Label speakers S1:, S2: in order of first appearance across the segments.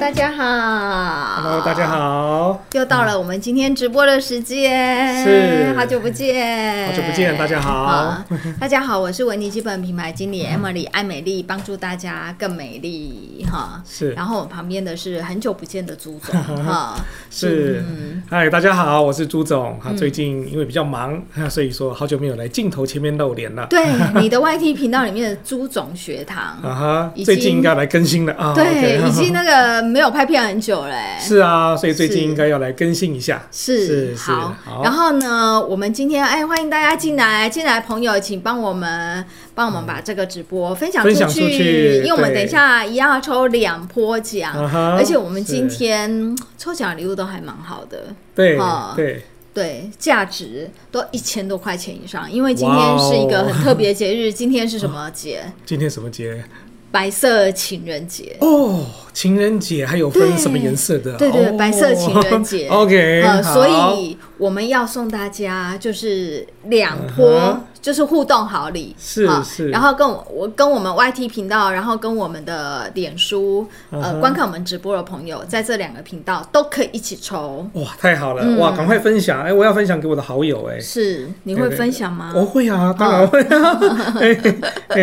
S1: 大家好。
S2: Hello，大家。好，
S1: 又到了我们今天直播的时间，
S2: 是
S1: 好久不见，
S2: 好久不见大家好
S1: 啊 大家好，我是维尼基本品牌经理 Emily 艾美丽，帮助大家更美丽哈。
S2: 是
S1: 然后我旁边的是很久不见的朱总哈，
S2: 是
S1: 嗯，
S2: 嗨，大家好，我是朱总。啊，最近因为比较忙，啊所以说好久没有来镜头前面露脸了。
S1: 对，你的 YT 频道里面的朱总学堂，
S2: 啊哈
S1: 已，经
S2: 最近应该来更新了啊。
S1: 对，
S2: OK，
S1: 已经那个没有拍片很久嘞、
S2: 是啊，所以最
S1: 是
S2: 近应该要来更新一下。
S1: 是
S2: 是是
S1: 好，
S2: 好
S1: 然后呢，我们今天哎，欢迎大家进来，进来的朋友，请帮我们帮我们把这个直播分享出
S2: 分
S1: 去，
S2: 享出去
S1: 因为我们
S2: 对
S1: 等一下一样要抽两波奖，
S2: 啊哈
S1: 而且我们
S2: 是
S1: 今天抽奖礼物都还蛮好的，
S2: 对
S1: 啊
S2: 对，
S1: 对，价值都一千多块钱以上，因为今
S2: 哇
S1: 天
S2: 哦
S1: 是一个很特别节日，今天是什么 节？
S2: 今天什么节？
S1: 白色情人节。
S2: 哦，情人节还有
S1: 对
S2: 分什么颜色的？
S1: 对对，
S2: 哦
S1: 白色情人节。
S2: OK，
S1: 呃，
S2: 好
S1: 所以我们要送大家就是两
S2: 嗯
S1: 波
S2: 哼，
S1: 就是互动好礼，
S2: 是
S1: 好
S2: 是
S1: 然后跟我我跟我们 YT 频道，然后跟我们的脸书，
S2: 嗯
S1: 呃，
S2: 哼
S1: 观看我们直播的朋友，在这两个频道都可以一起抽。
S2: 哇，太好了！
S1: 嗯
S2: 哇，赶快分享！哎，我要分享给我的好友哎。
S1: 是，你
S2: 对
S1: 会
S2: 对
S1: 分享吗？
S2: 我会啊，当然会啊！ 哎、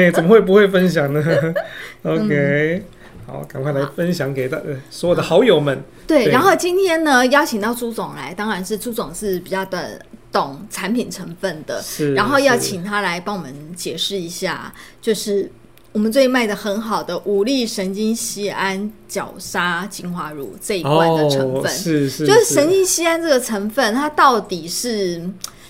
S2: 哎、怎么会不会分享呢
S1: 嗯
S2: ？OK，、好，赶快来分享给大、呃、所有的好友们。
S1: 对，
S2: 对
S1: 然后今天呢，邀请到朱总来，当然是朱总是比较的懂产品成分的，
S2: 是
S1: 然后要
S2: 是
S1: 请他来帮我们解释一下，就是我们最近卖的很好的五粒神经酰胺角鲨精华乳这一罐
S2: 哦
S1: 的成分，
S2: 是是，
S1: 就是神经酰胺这个成分，它到底是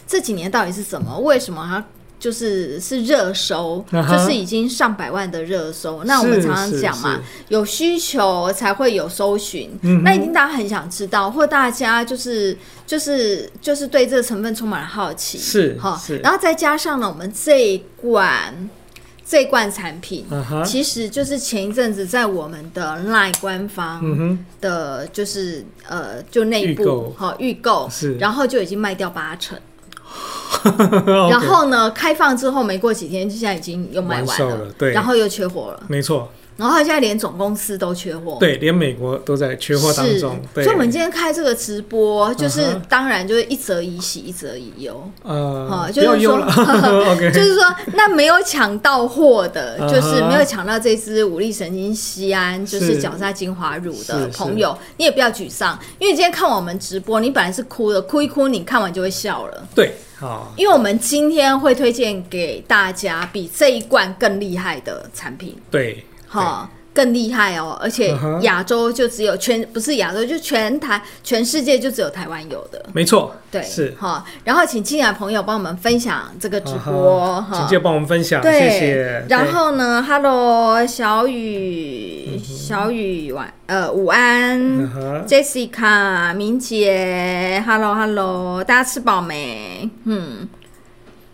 S1: 这几年到底是什么？为什么它就是是热搜，
S2: 啊哈
S1: 就是已经上百万的热搜？那我们
S2: 是
S1: 常常
S2: 是
S1: 讲嘛
S2: 是，
S1: 有需求才会有搜寻，
S2: 嗯哼
S1: 那一定大家很想知道，或大家就是就是就是对这个成分充满了好奇，
S2: 是
S1: 哈
S2: 是。
S1: 然后再加上呢，我们这一罐。这一罐产品
S2: 啊哈
S1: 其实就是前一阵子在我们的 LINE 官方，
S2: 嗯哼，
S1: 的，就是呃，就内
S2: 预
S1: 部
S2: 购
S1: 好预购，
S2: 是
S1: 然后就已经卖掉八成，
S2: 哦 OK，
S1: 然后呢，开放之后没过几天，现在已经又卖
S2: 完
S1: 完
S2: 售
S1: 了，
S2: 了对
S1: 然后又缺货了，
S2: 没错，
S1: 然后现在连总公司都缺货，，
S2: 对，连美国都在缺货当
S1: 哦是，
S2: 中。对，
S1: 所以我们今天开这个直播，就是
S2: 嗯哼
S1: 当然就是一则以喜，一则以忧。
S2: 呃
S1: 哦，
S2: 不
S1: 就是
S2: 要 忧
S1: 说
S2: 了 ，OK，
S1: 就是说，那没有抢到货的，
S2: 啊哈
S1: 就是没有抢到这支五力神经酰胺，就是
S2: 是
S1: 角鲨精华乳的
S2: 是是
S1: 朋友，你也不要沮丧，因为今天看我们直播，你本来是哭的，哭一哭，你看完就会笑了。
S2: 对，好，
S1: 因为我们今天会推荐给大家比这一罐更厉害的产品，
S2: 对，
S1: 哈，更厉害哦！而且
S2: 嗯哼
S1: 亚洲就只有全不是亚洲，就全台全世界就只有台湾有的。
S2: 对，没错，
S1: 对，
S2: 是。
S1: 哈，然后请进来的朋友帮我们分享这个直播
S2: 啊哈
S1: 哈
S2: 请，记得帮我们分享，
S1: 对，
S2: 谢谢。
S1: 然
S2: 对
S1: 后呢，Hello，小雨，小雨晚呃午安
S2: 嗯哼
S1: ，Jessica，明姐，Hello，Hello，大家吃饱没？嗯，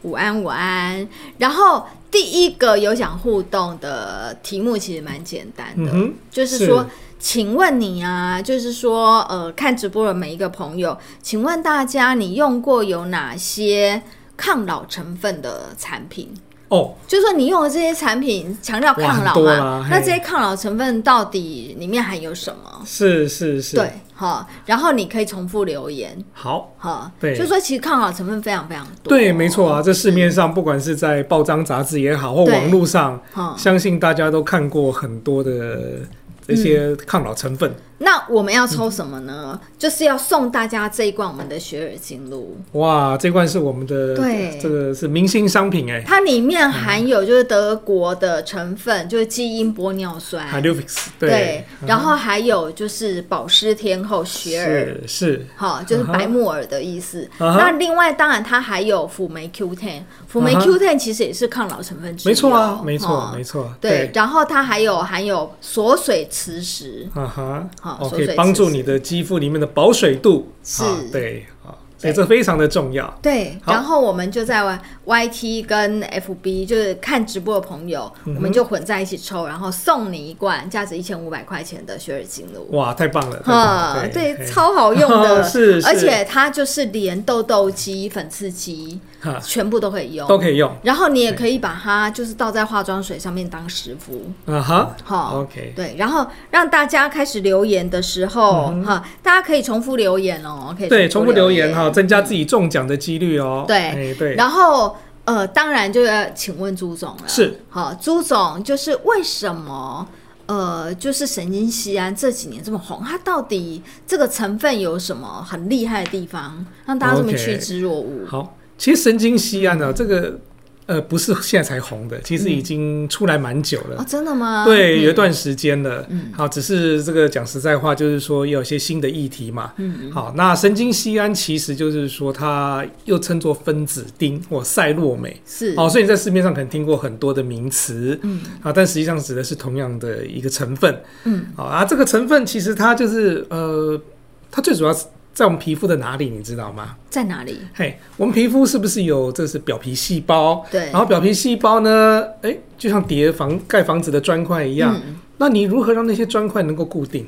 S1: 午安午安。然后第一个有奖互动的题目其实蛮简单的，
S2: 嗯哼
S1: 就是
S2: 是
S1: 说。请问你啊，就是说，呃，看直播的每一个朋友，请问大家，你用过有哪些抗老成分的产品？
S2: 哦，
S1: 就是说，你用的这些产品强调抗
S2: 哇
S1: 老
S2: 很多
S1: 嘛
S2: 啦？
S1: 那
S2: 嘿
S1: 这些抗老成分到底里面含有什么？
S2: 是是是，
S1: 对，，好，然后你可以重复留言，
S2: 好，
S1: 哈，
S2: 对
S1: 就是说其实抗老成分非常非常多，
S2: 对，没错啊，这市面上不管是在报章杂志也好，或
S1: 对
S2: 网络上，
S1: 哈。嗯
S2: 相信大家都看过很多的这些抗老成分。
S1: 那我们要抽什么呢？就是要送大家这一罐我们的雪耳精露，
S2: 哇，这罐是我们的，
S1: 对
S2: 这个是明星商品哎、
S1: 它里面含有就是德国的成分，就是基因玻尿酸，
S2: 海 h l u v i x
S1: 对，然后还有就是保湿天后雪耳，
S2: 嗯是是
S1: 好，就是
S2: 嗯哼
S1: 白木耳的意思。
S2: 嗯哼
S1: 那另外，当然它还有辅酶 Q10，辅酶
S2: 嗯哼
S1: Q10 其实也是抗老成分之一哦、
S2: 没错啊，没错
S1: 哦
S2: 没错，
S1: 对，，然后它还有含有锁水磁石，
S2: 啊哈
S1: 好，
S2: 哦
S1: 锁
S2: 可以
S1: 水
S2: 帮助
S1: 磁石
S2: 你的肌肤里面的保水度，
S1: 是
S2: 啊对啊，所以这非常的重要。
S1: 对，
S2: 好
S1: 然后我们就在 Y YT 跟 FB，就是看直播的朋友，
S2: 嗯
S1: 我们就混在一起抽，然后送你一罐价值一千五百块钱的雪耳精 露。
S2: 哇，太棒了！太棒
S1: 啊
S2: 了，
S1: 对，超好用的，
S2: 是是
S1: 而且它就是连痘痘肌、粉刺肌
S2: 哈
S1: 全部都可以用，
S2: 啊都可以用。
S1: 然后你也可以把它就是倒在化妆水上面当湿敷，
S2: 啊哈，
S1: 好
S2: OK
S1: 对，然后让大家开始留言的时候，哈，大家可以重复留言哦，可以
S2: 嗯对，重复留言
S1: 言
S2: 哈，增加自己中奖的几率哦。
S1: 嗯对
S2: 哎对，
S1: 然后呃，当然就要请问朱总了，
S2: 是
S1: 好，朱总就是为什么？呃，就是神经酰胺这几年这么红，它到底这个成分有什么很厉害的地方，让大家这么
S2: OK
S1: 趋之若鹜？
S2: 好，其实神经酰胺呢，这个呃不是现在才红的，其实已经出来蛮久了。
S1: 哦，真的吗？
S2: 对，
S1: 嗯
S2: 有一段时间了。好，只是这个讲实在话，就是说也有一些新的议题嘛。嗯，好，那神经酰胺其实就是说它又称作分子丁或赛洛美。
S1: 是
S2: 哦，所以你在市面上可能听过很多的名词，嗯，啊，但实际上指的是同样的一个成分，嗯，好啊，这个成分其实它就是呃，它最主要是在我们皮肤的哪里，你知道吗？
S1: 在哪里？
S2: 嘿，我们皮肤是不是有这是表皮细胞？
S1: 对
S2: 然后表皮细胞呢，哎、就像叠房盖房子的砖块一样，
S1: 嗯
S2: 那你如何让那些砖块能够固定？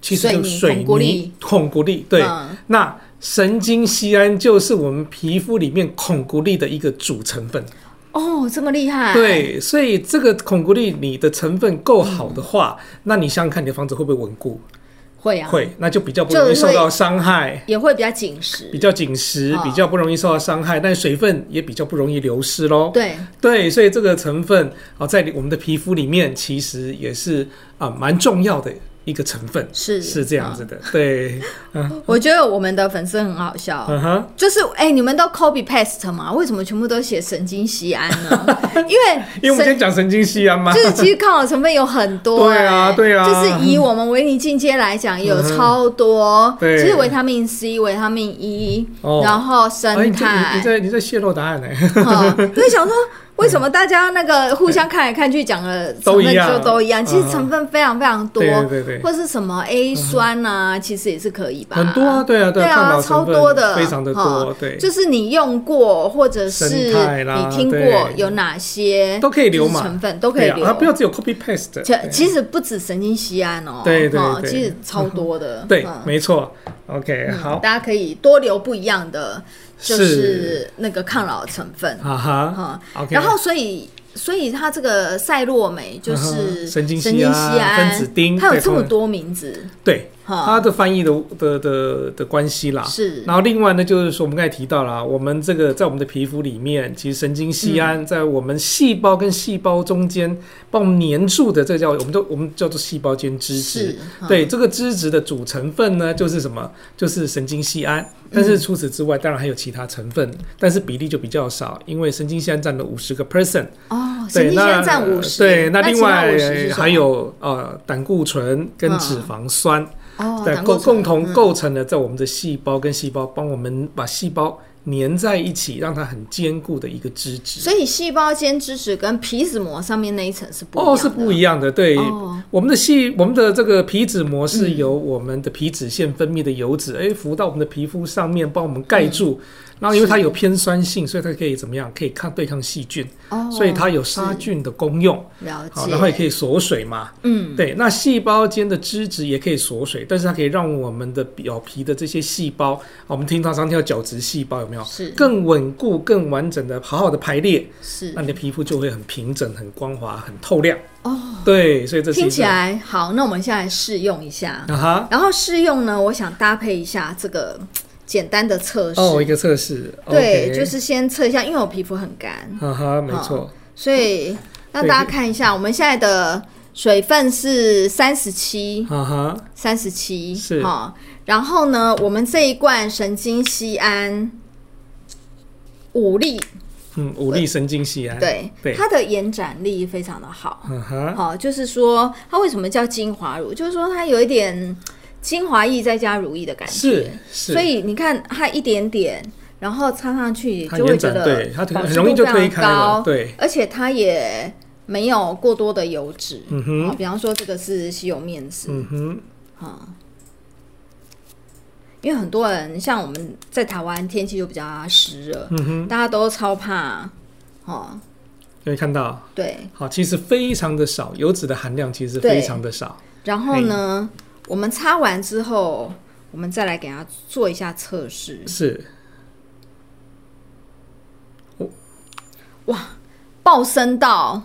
S2: 其实就是
S1: 水泥孔
S2: 水
S1: 固
S2: 泥
S1: 力
S2: 孔固力，对，
S1: 嗯
S2: 那神经酰胺就是我们皮肤里面孔固力的一个主成分。
S1: 哦，这么厉害？，
S2: 对，所以这个孔固力你的成分够好的话，
S1: 嗯
S2: 那你想想看，你的房子会不会稳固？
S1: 会啊，
S2: 会，那就比较不容易
S1: 就
S2: 受
S1: 会
S2: 到伤害，
S1: 也会比较紧实，
S2: 比较紧实，比
S1: 哦
S2: 较不容易受到伤害，但水分也比较不容易流失喽。
S1: 对，
S2: 对，所以这个成分啊，在我们的皮肤里面其实也是啊蛮重要的一个成分，
S1: 是哦
S2: 是这样子的。对，
S1: 我觉得我们的粉丝很好笑，
S2: 嗯哼，
S1: 就是哎、你们都 copy paste 吗？为什么全部都写神经酰胺呢？ 因为
S2: 因为我们今天
S1: 神
S2: 讲神经酰胺嘛
S1: 就，是其实抗老成分有很 多、
S2: 对啊
S1: 哎
S2: 对啊嗯
S1: 就是以我们维尼进阶来讲，有超多，
S2: 对
S1: 就是维他命 C、维他命 E，、
S2: 哦
S1: 然后
S2: 哎，
S1: 生
S2: 你在你
S1: 态，
S2: 在你在泄露答案呢、
S1: 哈因为想说。为什么大家那个互相看来看去讲的成
S2: 都一
S1: 分
S2: 样
S1: 就都一样？其
S2: 嗯
S1: 实成分非常非常多，
S2: 对对对对嗯
S1: 或是什么 A 酸啊，其实也是可以吧？
S2: 很多啊，对啊，
S1: 对
S2: 啊，抗
S1: 啊，
S2: 老
S1: 超
S2: 成分
S1: 多的，哦
S2: 非常的多
S1: 哈，
S2: 对，
S1: 就是你用过或者是
S2: 生态啦
S1: 你听过
S2: 对
S1: 有哪些
S2: 都可以留嘛
S1: 就是成分都可以
S2: 对
S1: 留，
S2: 啊，啊不要只有 copy paste
S1: 其
S2: 对。啊
S1: 其实不止神经酰胺哦，
S2: 对对
S1: 哈
S2: 对
S1: 其实超多的，
S2: 对
S1: 嗯，
S2: 没错。OK，
S1: 嗯
S2: 好，
S1: 大家可以多留不一样的，就是是那个抗老成分，
S2: 哈啊哈。
S1: 哈，
S2: OK，
S1: 然后所以。所以它这个赛洛美就
S2: 嗯哼
S1: 是
S2: 神经
S1: 神
S2: 酰
S1: 经
S2: 胺
S1: 酰
S2: 分子丁
S1: 它有
S2: 对
S1: 这
S2: 它
S1: 么
S2: 们
S1: 多名字，
S2: 对
S1: 哈
S2: 它的翻译的的的的关系啦。
S1: 是
S2: 然后另外呢，就是说我们刚才提到啦，我们这个在我们的皮肤里面，其实神经酰
S1: 嗯
S2: 胺在我们细胞跟细胞中间帮我们粘住的，这个叫我们都我们叫做细胞间脂质
S1: 是。，哈
S2: 对，这个脂质的主成分
S1: 嗯
S2: 呢，就是什么？就是神经酰胺。但是除此之外，当然还有其他成分，但是比例就比较少，因为神经酰胺占了五十个 percent。
S1: 哦，神
S2: 对，
S1: 经酰胺占五十，
S2: 对，那另
S1: 其他
S2: 外
S1: 50是什么嗯
S2: 还有呃胆固醇跟脂肪酸，
S1: 哦，
S2: 对，
S1: 胆固
S2: 共
S1: 醇
S2: 共同构成了在我们的细胞跟细胞帮我们把细胞粘在一起，让它很坚固的一个脂质。
S1: 所以细胞间脂质跟皮脂膜上面那一层是不一样
S2: 哦，
S1: 的
S2: 是不一样的，对，
S1: 哦嗯
S2: 我们的细，我们的这个皮脂膜是由我们的皮脂腺分泌的油脂，哎、浮到我们的皮肤上面，帮我们盖住。
S1: 嗯
S2: 然后，因为它有偏酸性，所以它可以怎么样？可以抗对抗细菌，
S1: 哦，
S2: 所以它有杀菌的功用。
S1: 了
S2: 好，
S1: 解，
S2: 然后也可以锁水嘛。
S1: 嗯，
S2: 对，那细胞间的脂质也可以锁水，但是它可以让我们的表皮的这些细胞，啊我们听到常听到角质细胞有没有？
S1: 是
S2: 更稳固、更完整的，好好的排列，
S1: 是
S2: 那你的皮肤就会很平整、很光滑、很透亮。
S1: 哦，
S2: 对，所以这是一
S1: 听
S2: 个
S1: 起来好，那我们现在试用一下，
S2: 啊哈
S1: 然后试用呢，我想搭配一下这个嘖简单的测试，
S2: 哦，一个测试，
S1: 对
S2: OK
S1: 就是先测一下，因为我皮肤很干，
S2: 啊哈，没错，
S1: 所以让大家看一下我们现在的水分是三十七，
S2: 啊哈，
S1: 三十七
S2: 是
S1: 哈。然后呢，我们这一罐神经酰胺五粒，
S2: 嗯，五粒神经酰胺，
S1: 对，
S2: 对，
S1: 它的延展力非常的好。
S2: 啊哈，
S1: 好、就是说它为什么叫精华乳，就是说它有一点精华液再加乳液的感觉。
S2: 是是，
S1: 所以你看它一点点，然后擦上去
S2: 它
S1: 就会
S2: 延
S1: 觉
S2: 展，
S1: 得
S2: 对，它
S1: 保
S2: 很
S1: 湿
S2: 容易
S1: 度
S2: 就
S1: 非常
S2: 推开了，
S1: 高
S2: 对，
S1: 而且它也没有过多的油脂。
S2: 嗯哼嗯
S1: 好比方说这个是吸油面纸，
S2: 嗯哼，
S1: 啊、因为很多人像我们在台湾天气就比较湿热，
S2: 嗯哼，
S1: 大家都超怕哦。
S2: 有没有看到？
S1: 对，
S2: 好，其实非常的少，油脂的含量其实非常的少。
S1: 然后呢，我们擦完之后，我们再来给它做一下测试。
S2: 是，
S1: 暴升到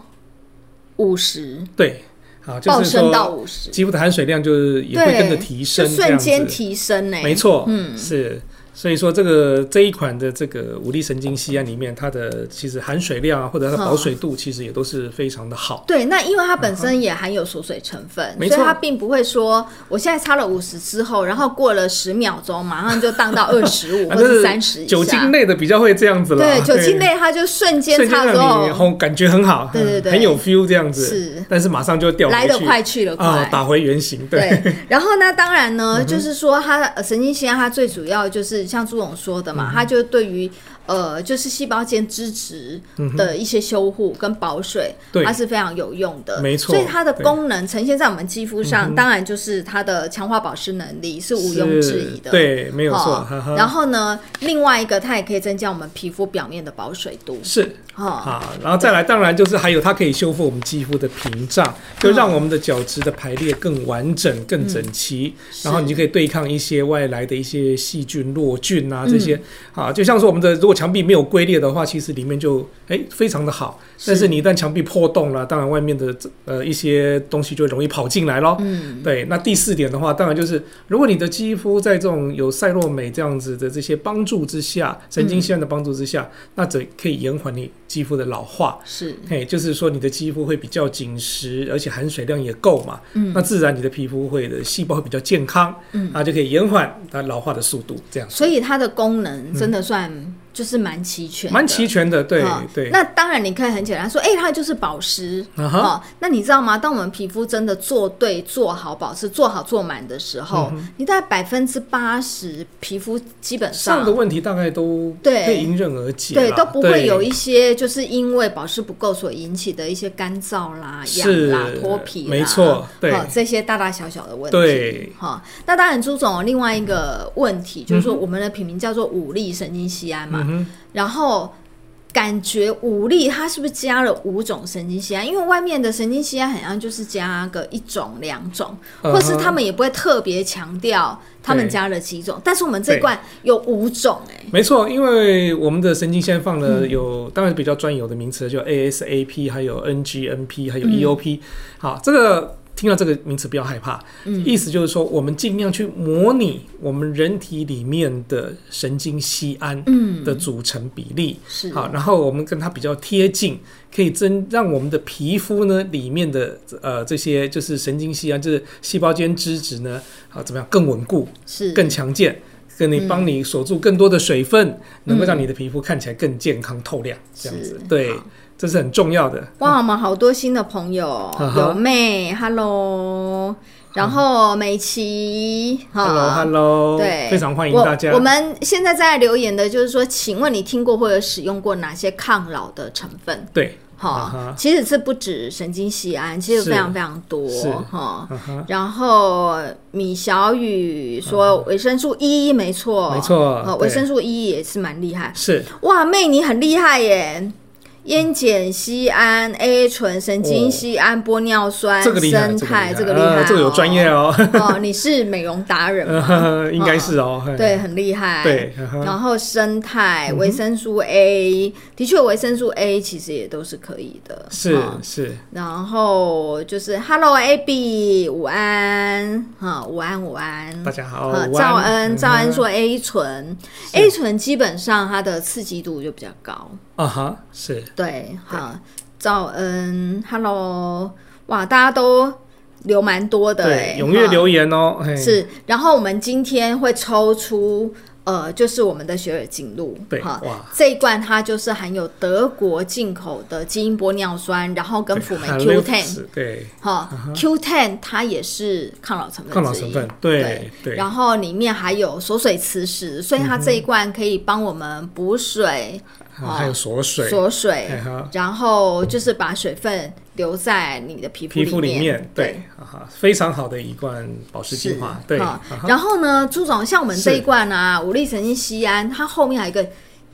S1: 五十，
S2: 对，好，就
S1: 暴
S2: 是
S1: 升到
S2: 说
S1: 五十，
S2: 肌肤的含水量就是也会
S1: 对
S2: 跟着提升，
S1: 就瞬
S2: 这样
S1: 间
S2: 子
S1: 提升欸呢、
S2: 没错，嗯，是。所以说，这个这一款的这个五力神经酰胺里面，它的其实含水量啊，或者它
S1: 嗯
S2: 的保水度，其实也都是非常的好。
S1: 对，那因为它本身也含有锁水成分，所
S2: 嗯没
S1: 以
S2: 错
S1: 它并不会说我现在擦了五十之后，然后过了十秒钟，马上就荡到二十 五或
S2: 但
S1: 者三十以下。
S2: 啊酒精类的比较会这样子了。
S1: 对，酒精类它就瞬间
S2: 瞬间
S1: 擦
S2: 让
S1: 之
S2: 你
S1: 后
S2: 后感觉很好，
S1: 对对对
S2: 很有 feel 这样子。
S1: 是
S2: 但是马上就掉回去，
S1: 来得快去得快。
S2: 啊，打回原形。对，嗯
S1: 对，然后呢？当然呢，就是说它呃神经酰胺，它最主要就是像朱总说的
S2: 嗯
S1: 嘛，它就对于呃，就是细胞间脂质的一些修护跟保水，
S2: 对
S1: 它是非常有用的。
S2: 没错
S1: 所以它的
S2: 对嗯
S1: 功能呈现在我们肌肤上，当然就是它的强化保湿能力是毋庸置疑的。
S2: 是。对，没有错。
S1: 哦
S2: 哈哈
S1: 然后呢，另外一个它也可以增加我们皮肤表面的保水度。
S2: 是
S1: 哈、
S2: 啊，然后再来，当然就是还有它可以修复我们肌肤的屏障，
S1: 嗯
S2: 就让我们的角质的排列更完整、更整齐，然后你就可以对抗一些外来的一些细菌、落菌啊这些。啊，就像是我们的如果墙壁没有龟裂的话，其实里面就哎非常的好，但是你一旦墙壁破洞了，当然外面的呃一些东西就容易跑进来咯。
S1: 嗯，
S2: 对，那第四点的话，当然就是如果你的肌肤在这种有赛洛美这样子的这些帮助之下，神经酰胺的帮助之下，那这可以延缓你肌肤的老化。
S1: 是
S2: 嘿，就是说你的肌肤会比较紧实，而且含水量也够嘛，嗯，那自然你的皮肤会的细胞会比较健康，嗯，啊，就可以延缓它老化的速度，这样
S1: 所以它的功能真的算就是蛮齐全的，
S2: 蛮齐全的，对、
S1: 啊
S2: 对，
S1: 那当然，你可以很简单说，哎、它就是保湿。
S2: 啊哈
S1: 哦，那你知道吗？当我们皮肤真的做对、做好保湿、做好做满的时候，
S2: 嗯
S1: 你大概百分之八十皮肤基本
S2: 上
S1: 上
S2: 的问题大概都
S1: 对
S2: 可以迎刃而解啦，
S1: 对都不会有
S2: 对
S1: 一些就是因为保湿不够所引起的一些干燥啦、痒
S2: 是
S1: 啦、脱皮啦，
S2: 没错对
S1: 哦这些大大小小的问题。
S2: 对
S1: 哈、那当然，朱总另外一个问题就是说，我们的品名叫做五力神经酰胺嘛，
S2: 嗯
S1: 然后感觉五力它是不是加了五种神经酰胺？因为外面的神经酰胺好像就是加个一种、两种，
S2: 嗯哼
S1: 或是他们也不会特别强调他们加了几种，但是我们这罐有五种哎、
S2: 没错，因为我们的神经先放
S1: 嗯
S2: 了有，当然比较专有的名词，就 ASAP，还有 NGNP，还有
S1: 嗯
S2: EOP、好，这个听到这个名词不要害怕，
S1: 嗯
S2: 意思就是说，我们尽量去模拟我们人体里面的神经酰胺
S1: 嗯
S2: 的组成比例。
S1: 是
S2: 好，然后我们跟它比较贴近，可以增让我们的皮肤呢里面的呃这些就是神经酰胺，就是细胞间脂质呢，好怎么样更稳固，
S1: 是
S2: 更强健，跟你帮你锁住更多的水分，能够让你的皮肤看起来更健康透亮，这样子
S1: 嗯是，
S2: 对
S1: 好，
S2: 这是很重要的。
S1: 哇，我们好多新的朋友，
S2: 嗯
S1: 有妹，Hello，然后美琪
S2: Hello，Hello，
S1: 对，
S2: 非常欢迎大家。
S1: 我。我们现在在留言的就是说，请问你听过或者使用过哪些抗老的成分？
S2: 对，啊
S1: 哈、
S2: 哈
S1: 其实这不止神经酰胺，其实
S2: 是
S1: 非常非常多
S2: 是
S1: 哈。
S2: 嗯哼
S1: 然后米小雨说维生素 E 没错，
S2: 啊没错
S1: 呃
S2: 对
S1: 维生素 E 也是蛮厉害。
S2: 是
S1: 哇，妹你很厉害耶！烟碱酰胺、A 醇、神经酰胺、玻尿酸、
S2: 哦这个厉害，
S1: 生态，
S2: 这
S1: 这
S2: 个
S1: 个
S2: 厉
S1: 厉
S2: 害
S1: 害、
S2: 呃这个有专业
S1: 哦。
S2: 哦，
S1: 哦，你是美容达人吗？
S2: 应该是哦。嘿
S1: 对，很厉害。
S2: 对，嗯哼嗯
S1: 然后生态维生素 A，、的确维生素 A 其实也都是可以的。
S2: 是
S1: 嗯
S2: 是，
S1: 然后就是 Hello AB，午安，哈、午安午安。
S2: 大家好，
S1: 呃
S2: 晚安
S1: 赵恩，赵恩，
S2: 嗯
S1: 说 A 醇，A 醇基本上它的刺激度就比较高。
S2: 哼啊哈，是
S1: 对，好，赵恩，Hello，哇，大家都留蛮多的、
S2: 对
S1: 欸，，
S2: 踊跃
S1: 哈
S2: 留言哦，嘿，
S1: 是，然后我们今天会抽出呃，就是我们的雪尔精露，
S2: 对
S1: 哈
S2: 哇，
S1: 这一罐它就是含有德国进口的基因玻尿酸，然后跟
S2: 对
S1: 辅酶
S2: 含
S1: Q10，
S2: Lifts，对，
S1: 哈，Q10 它也是抗老成分，
S2: 抗老成分。，对对，嗯
S1: 然后里面还有锁水磁石，所以它这一罐可以帮我们补水、
S2: 啊，还有锁水，
S1: 锁水
S2: 哎哈，
S1: 然后就是把水分留在你的皮肤
S2: 皮肤里
S1: 面
S2: 面，对，啊，非常好的一罐保湿精华，对，
S1: 啊
S2: 啊
S1: 然后呢，朱总，像我们
S2: 是
S1: 这一罐啊，五力神经酰胺，它后面还有一个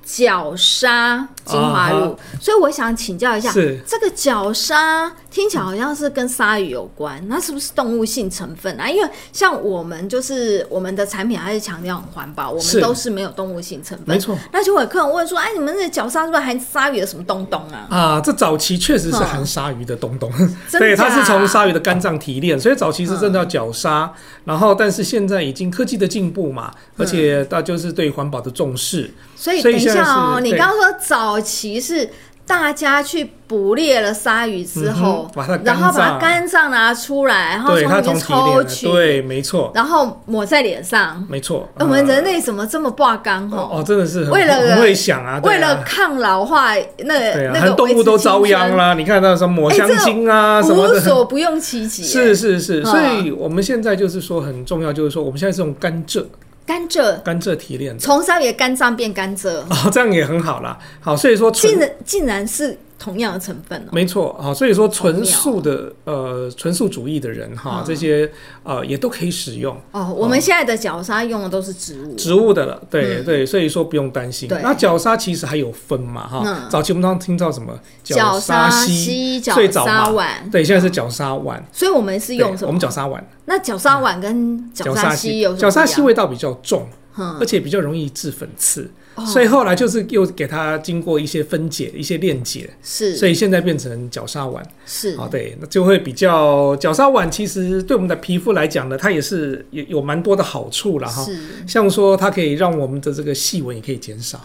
S1: 角鲨精华乳，
S2: 啊
S1: 所以我想请教一下，
S2: 是
S1: 这个角鲨听起来好像是跟鲨鱼有关，那是不是动物性成分啊？因为像我们就是我们的产品还是强调很环保，我们
S2: 是
S1: 都是没有动物性成分
S2: 没。错。
S1: 那就会有客人问说：“哎，你们那角鲨是不是含鲨鱼的什么东东啊？”
S2: 啊，这早期确实是含鲨鱼的东东，
S1: 真
S2: 对，
S1: 假嗯
S2: 它是从鲨鱼的肝脏提炼，所以早期是真的叫绞杀。然后，但是现在已经科技的进步嘛，而且它就是对环保的重视，
S1: 所以
S2: 所
S1: 等
S2: 以
S1: 一
S2: 现在
S1: 下哦，
S2: 是
S1: 你
S2: 对
S1: 刚刚说早期是大家去捕猎了鲨鱼之后
S2: 嗯哼，把它的
S1: 然后把
S2: 肝脏
S1: 肝脏拿出来，然后
S2: 对，它
S1: 从里
S2: 从
S1: 面
S2: 提炼
S1: 抽
S2: 的，
S1: 取，
S2: 对，没错，
S1: 然后抹在脸上。哎
S2: 没错。
S1: 我们
S2: 呃
S1: 人类怎么这么挂肝吼？
S2: 哦，真的是很
S1: 为了
S2: 很会想啊，对啊
S1: 为了抗老化，那
S2: 对啊，
S1: 那
S2: 很
S1: 个
S2: 多动物都遭殃
S1: 了，
S2: 啦。你看到什么抹
S1: 哎
S2: 香
S1: 这种
S2: 鲸啊什么
S1: 无
S2: 的，
S1: 所不用其极。
S2: 是是是，
S1: 嗯
S2: 所以我们现在就是说很重要，就是说我们现在是用甘蔗
S1: 甘蔗
S2: 甘蔗提炼的，
S1: 从鲨鱼的肝脏变甘蔗，
S2: 哦，这样也很好啦。好，所以说
S1: 竟
S2: 纯
S1: 然竟然是同样的成分哦。
S2: 没错啊，好所以说纯
S1: 好妙
S2: 素的呃纯素主义的人哈
S1: 嗯，
S2: 这些呃也都可以使用。
S1: 哦，我们现在的角鲨用的都是植物。
S2: 植物的了，对、对，所以说不用担心
S1: 嗯对。
S2: 那绞杀其实还有分嘛，哈、
S1: 嗯
S2: 早期我们常常听到什么
S1: 绞
S2: 杀
S1: 杀
S2: 烯，
S1: 西、绞
S2: 最早
S1: 杀
S2: 嘛
S1: 碗，
S2: 对，现在是绞杀碗，
S1: 所以我们是
S2: 对
S1: 用什
S2: 我
S1: 么
S2: 们？绞杀碗，
S1: 那绞杀碗跟绞杀西有什么
S2: 绞杀烯
S1: 不一样
S2: 味道比较重，
S1: 嗯
S2: 而且比较容易致粉刺，
S1: 哦
S2: 所以后来就是又给它经过一些分解、一些链解，所
S1: 是
S2: 以现在变成绞杀碗
S1: 是
S2: 啊，对，那就会比较绞杀碗。其实对我们的皮肤来讲呢，它也是也有蛮多的好处了哈。
S1: 是
S2: 像说它可以让我们的这个细纹也可以减少，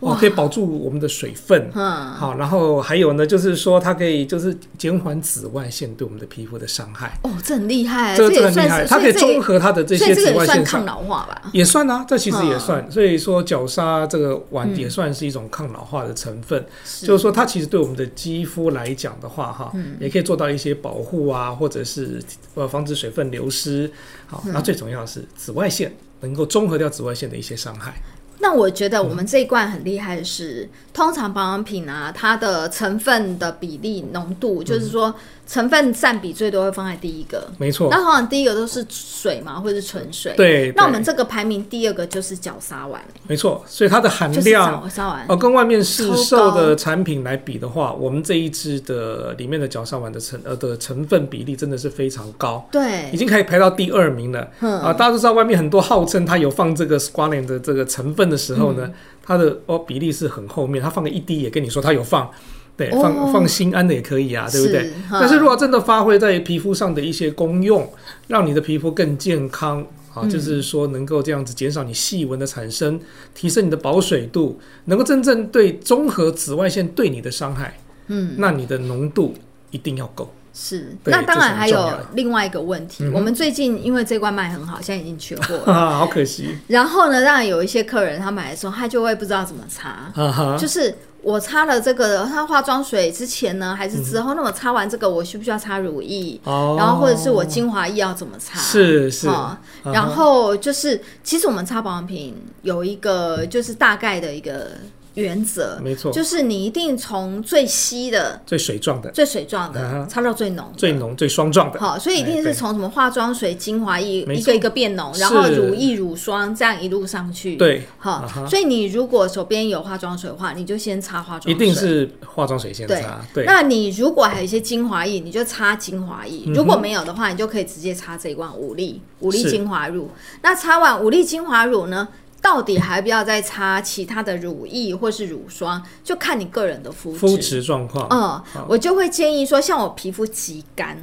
S2: 哦，可以保住我们的水分。
S1: 嗯
S2: 好，然后还有呢，就是说它可以就是减缓紫外线对我们的皮肤的伤害，
S1: 哦，这很厉害，
S2: 这个这个
S1: 也
S2: 很厉
S1: 算
S2: 害，
S1: 是
S2: 它可
S1: 所
S2: 以
S1: 以这
S2: 综
S1: 个
S2: 合它的这
S1: 所以
S2: 些
S1: 这
S2: 紫
S1: 个也
S2: 外
S1: 算
S2: 线
S1: 抗
S2: 伤。
S1: 老化吧？
S2: 也算啊，这其实也
S1: 嗯
S2: 算，所以说绞杀这个碗也算是一种抗老化的成分，
S1: 是嗯
S2: 就是说它其实对我们的肌肤来讲的话，哈、也可以做到一些保护啊，或者是呃防止水分流失。好，
S1: 嗯
S2: 那最重要的是紫外线能够综合掉紫外线的一些伤害。
S1: 那我觉得我们这一罐很厉害的是，通常保养品啊，它的成分的比例浓度，就是说成分占比最多会放在第一个。
S2: 没嗯错，
S1: 那通常第一个都是水嘛，或者是纯水。。
S2: 对，
S1: 那我
S2: 对
S1: 们这个排名第二个就是绞杀碗，
S2: 没错，所以它的含
S1: 就是
S2: 量。
S1: 绞杀碗。
S2: 哦，跟外面市
S1: 超
S2: 售
S1: 高
S2: 的产品来比的话，我们这一支的里面的角鲨烷的成呃的成分比例真的是非常高。
S1: 对
S2: 已，经可以排到第二名了。
S1: 嗯
S2: 啊，大家都知道外面很多号称它有放这个 squalane 的这个成分的时候
S1: 嗯
S2: 呢，它的哦比例是很后面，它放个一滴也跟你说它有放，对，
S1: 哦
S2: 放放心安的也可以啊，对不对
S1: 是？哈
S2: 但是如果真的发挥在皮肤上的一些功用，让你的皮肤更健康。
S1: 嗯
S2: 啊，就是说能够这样子减少你细纹的产生，提升你的保水度，能够真正对综合紫外线对你的伤害，
S1: 嗯，
S2: 那你的浓度一定要够。
S1: 是，
S2: 对
S1: 那当然还
S2: 这是很重
S1: 有
S2: 要的
S1: 另外一个问题，
S2: 嗯哼
S1: 我们最近因为这罐卖很好，现在已经缺货 了。
S2: 啊，好可惜，
S1: 然后呢，当然有一些客人他买的时候，他就会不知道怎么擦，
S2: 哈哈，
S1: 就是我擦了这个，他化妆水之前呢，还是
S2: 嗯
S1: 之后？那我擦完这个，我需不需要擦乳液？
S2: 哦，
S1: 然后或者是我精华液要怎么擦？
S2: 是是，
S1: 哦
S2: 嗯哼
S1: 然后就是，其实我们擦保养品有一个就是大概的一个原则，
S2: 哦没错，
S1: 就是你一定从最稀的、
S2: 最水状的、
S1: 最水状
S2: 嗯
S1: 的
S2: 哼
S1: 擦到最浓的，哦
S2: 最浓、最霜状的，
S1: 好，所以一定
S2: 哎
S1: 是
S2: 对
S1: 从什么化妆水、精华液
S2: 没
S1: 一
S2: 错
S1: 个一个变浓，然后
S2: 是
S1: 乳液、乳霜这样一路上去。，
S2: 对，
S1: 好
S2: 啊，哈
S1: 所以你如果手边有化妆水的话，你就先擦化妆水，
S2: 一定是化妆水先
S1: 对
S2: 擦，对，
S1: 那你如果还有一些精华液，你就擦精华液；
S2: 嗯哼
S1: 如果没有的话，你就可以直接擦这一罐五粒五粒
S2: 是
S1: 精华乳。那擦完五粒精华乳呢，到底还不要再擦其他的乳液或是乳霜，就看你个人的肤
S2: 肤质状况
S1: 嗯
S2: 好，
S1: 我就会建议说，像我皮肤极干，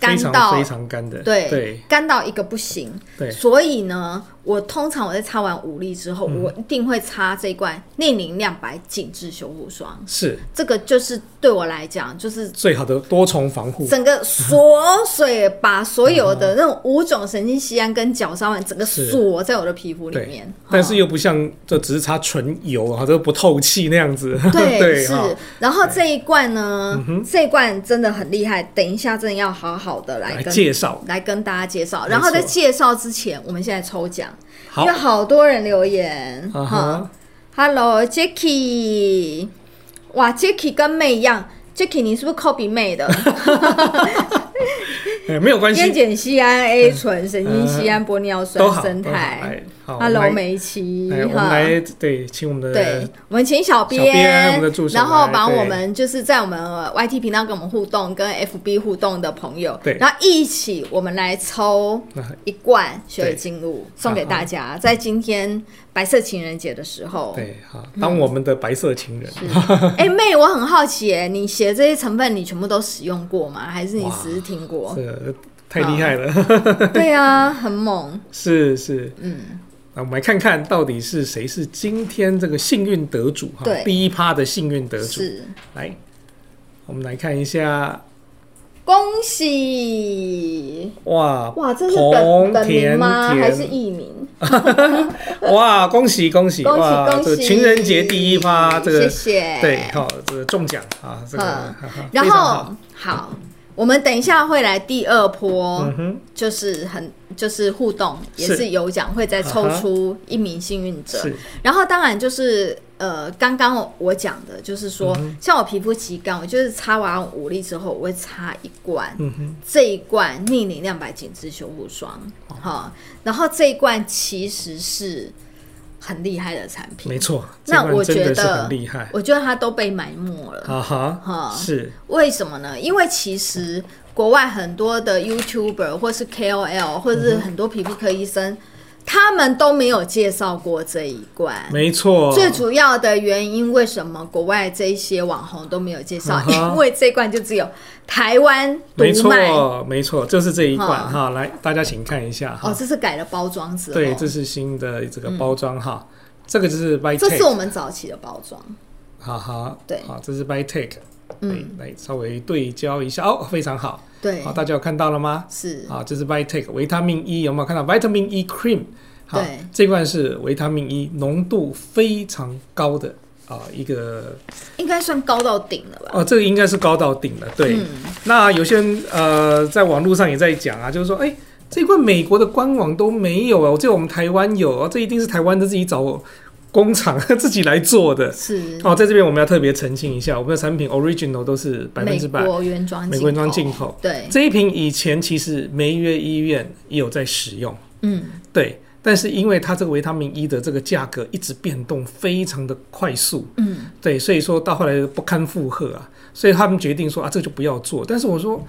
S1: 干
S2: 非常
S1: 到
S2: 非常干的，
S1: 对
S2: 对
S1: 干到一个不行。
S2: 对
S1: 所以呢，我通常我在擦完五粒之后，
S2: 嗯
S1: 我一定会擦这一罐内凝亮白紧致修护霜。
S2: 是
S1: 这个就是对我来讲，就是
S2: 最好的多重防护，
S1: 整个锁水，把所有的那种五种神经酰胺跟角鲨烷整个
S2: 是
S1: 锁在我的皮肤里
S2: 对
S1: 面。，
S2: 但是又不像这只是擦纯油啊，都不透气那样子，
S1: 对，
S2: 对嗯
S1: 是
S2: 哈。
S1: 然后这一罐呢，这一罐真的很厉害，等一下真的要好好的来
S2: 来
S1: 跟
S2: 介绍
S1: 来跟大家介绍。
S2: 没错
S1: 然后在介绍之前，我们现在抽奖，因
S2: 好
S1: 为好多人留言哈
S2: 啊哈。
S1: Hello，Jacky，哇，Jacky 跟妹一样，Jacky 你是不是 copy 妹的？
S2: 哎没有关
S1: 烟
S2: 系，
S1: 碱酰胺 A 醇、神经酰胺、玻尿
S2: 都
S1: 酸、
S2: 好，
S1: 生
S2: 嗯都好
S1: 态。
S2: 来好，我们
S1: Hello，
S2: 来
S1: 梅琪
S2: 哎，我们
S1: 哈
S2: 来对，请我们
S1: 对
S2: 的，
S1: 我们请小
S2: 小编我们的助手
S1: 然后
S2: 来
S1: 把
S2: 对
S1: 我们就是在我们呃 YT 频道跟我们互动、跟 FB 互动的朋友，
S2: 对
S1: 然后一起我们来抽
S2: 那
S1: 一罐雪水晶露送给大家，在今天白色情人节的时候。
S2: 啊对好，
S1: 嗯
S2: 当我们的白色情人，
S1: 哎、妹，我很好奇，哎，你写这些成分你全部都使用过吗？还是你
S2: 哇
S1: 只是听过？
S2: 这个太厉害了，
S1: 对啊，很猛。
S2: 是是，嗯。那我们来看看到底是谁是今天这个幸运得主哈
S1: 对，
S2: 第一趴的幸运得主。
S1: 是，
S2: 来，我们来看一下，
S1: 恭喜！
S2: 哇
S1: 哇，这是
S2: 彭
S1: 本本名
S2: 甜
S1: 吗？还是
S2: 甜，
S1: 艺名？
S2: 哇，恭喜恭喜，
S1: 恭喜
S2: 哇，
S1: 恭
S2: 这个
S1: 喜！嗯
S2: 情人节第一趴，这个
S1: 谢谢。
S2: 对，好，这个中奖啊，这个
S1: 嗯
S2: 哈哈
S1: 然
S2: 非常好
S1: 后好，我们等一下会来第二波，
S2: 嗯哼，
S1: 就是很就是互动，也
S2: 是
S1: 是有奖，会再抽
S2: 啊哈
S1: 出一名幸运者。
S2: 是
S1: 然后当然就是呃，刚刚我我讲的就是说，
S2: 嗯
S1: 像我皮肤期干，我就是擦完五力之后，我会擦一罐，
S2: 嗯哼，
S1: 这一罐逆龄亮白紧致修护霜，
S2: 哦
S1: 好、然后这一罐其实是很厉害的产品，
S2: 没错，
S1: 那
S2: 这段
S1: 我
S2: 真
S1: 觉
S2: 的是
S1: 得嗯
S2: 很厉害，
S1: 我觉得它都被埋没了。
S2: 啊哈
S1: 哈，
S2: 是
S1: 为什么呢？因为其实国外很多的 YouTuber 或是 KOL 或者
S2: 嗯
S1: 是很多皮肤科医生，他们都没有介绍过这一罐。
S2: 没错，
S1: 最主要的原因，为什么国外这一些网红都没有介绍
S2: 嗯？哼
S1: 因为这一罐就只有台湾独
S2: 没
S1: 卖。
S2: 错，没错，就是这一
S1: 哈
S2: 款哈，来，大家请看一下
S1: 哦
S2: 哈，，
S1: 这是哦改了包装之后，
S2: 对，这是新的这个包装哈，这个就是 By
S1: 这是
S2: Take，
S1: 我们早期的包装。
S2: 哈哈，
S1: 对
S2: 好，这是 By Take，
S1: 嗯，
S2: 来来稍微对焦一下哦，非常好，
S1: 对
S2: 好，，大家有看到了吗？
S1: 是
S2: 啊，这是 Vitec 维他命 E，有没有看到 Vitamin E Cream？好
S1: 对，
S2: 这罐是维他命 E 浓度非常高的啊，一个
S1: 应该算高到顶了吧？
S2: 哦，这个应该是高到顶了。对，
S1: 嗯
S2: 那有些人呃，在网络上也在讲啊，就是说，哎，这罐美国的官网都没有啊，我只有我们台湾有啊，这一定是台湾的自己找工厂 自己来做
S1: 嗯
S2: 的。
S1: 是
S2: 哦，在这边我们要特别澄清一下，我们的产品 original 都是百分
S1: 美
S2: 之百
S1: 国原装
S2: 美国原装进口。
S1: 对，
S2: 这一瓶以前其实梅约医院也有在使用，
S1: 嗯，
S2: 对，但是因为它这个维他命 E 的这个价格一直变动非常的快速，
S1: 嗯，
S2: 对，所以说到后来不堪负荷啊，所以他们决定说啊，这就不要做。但是我说，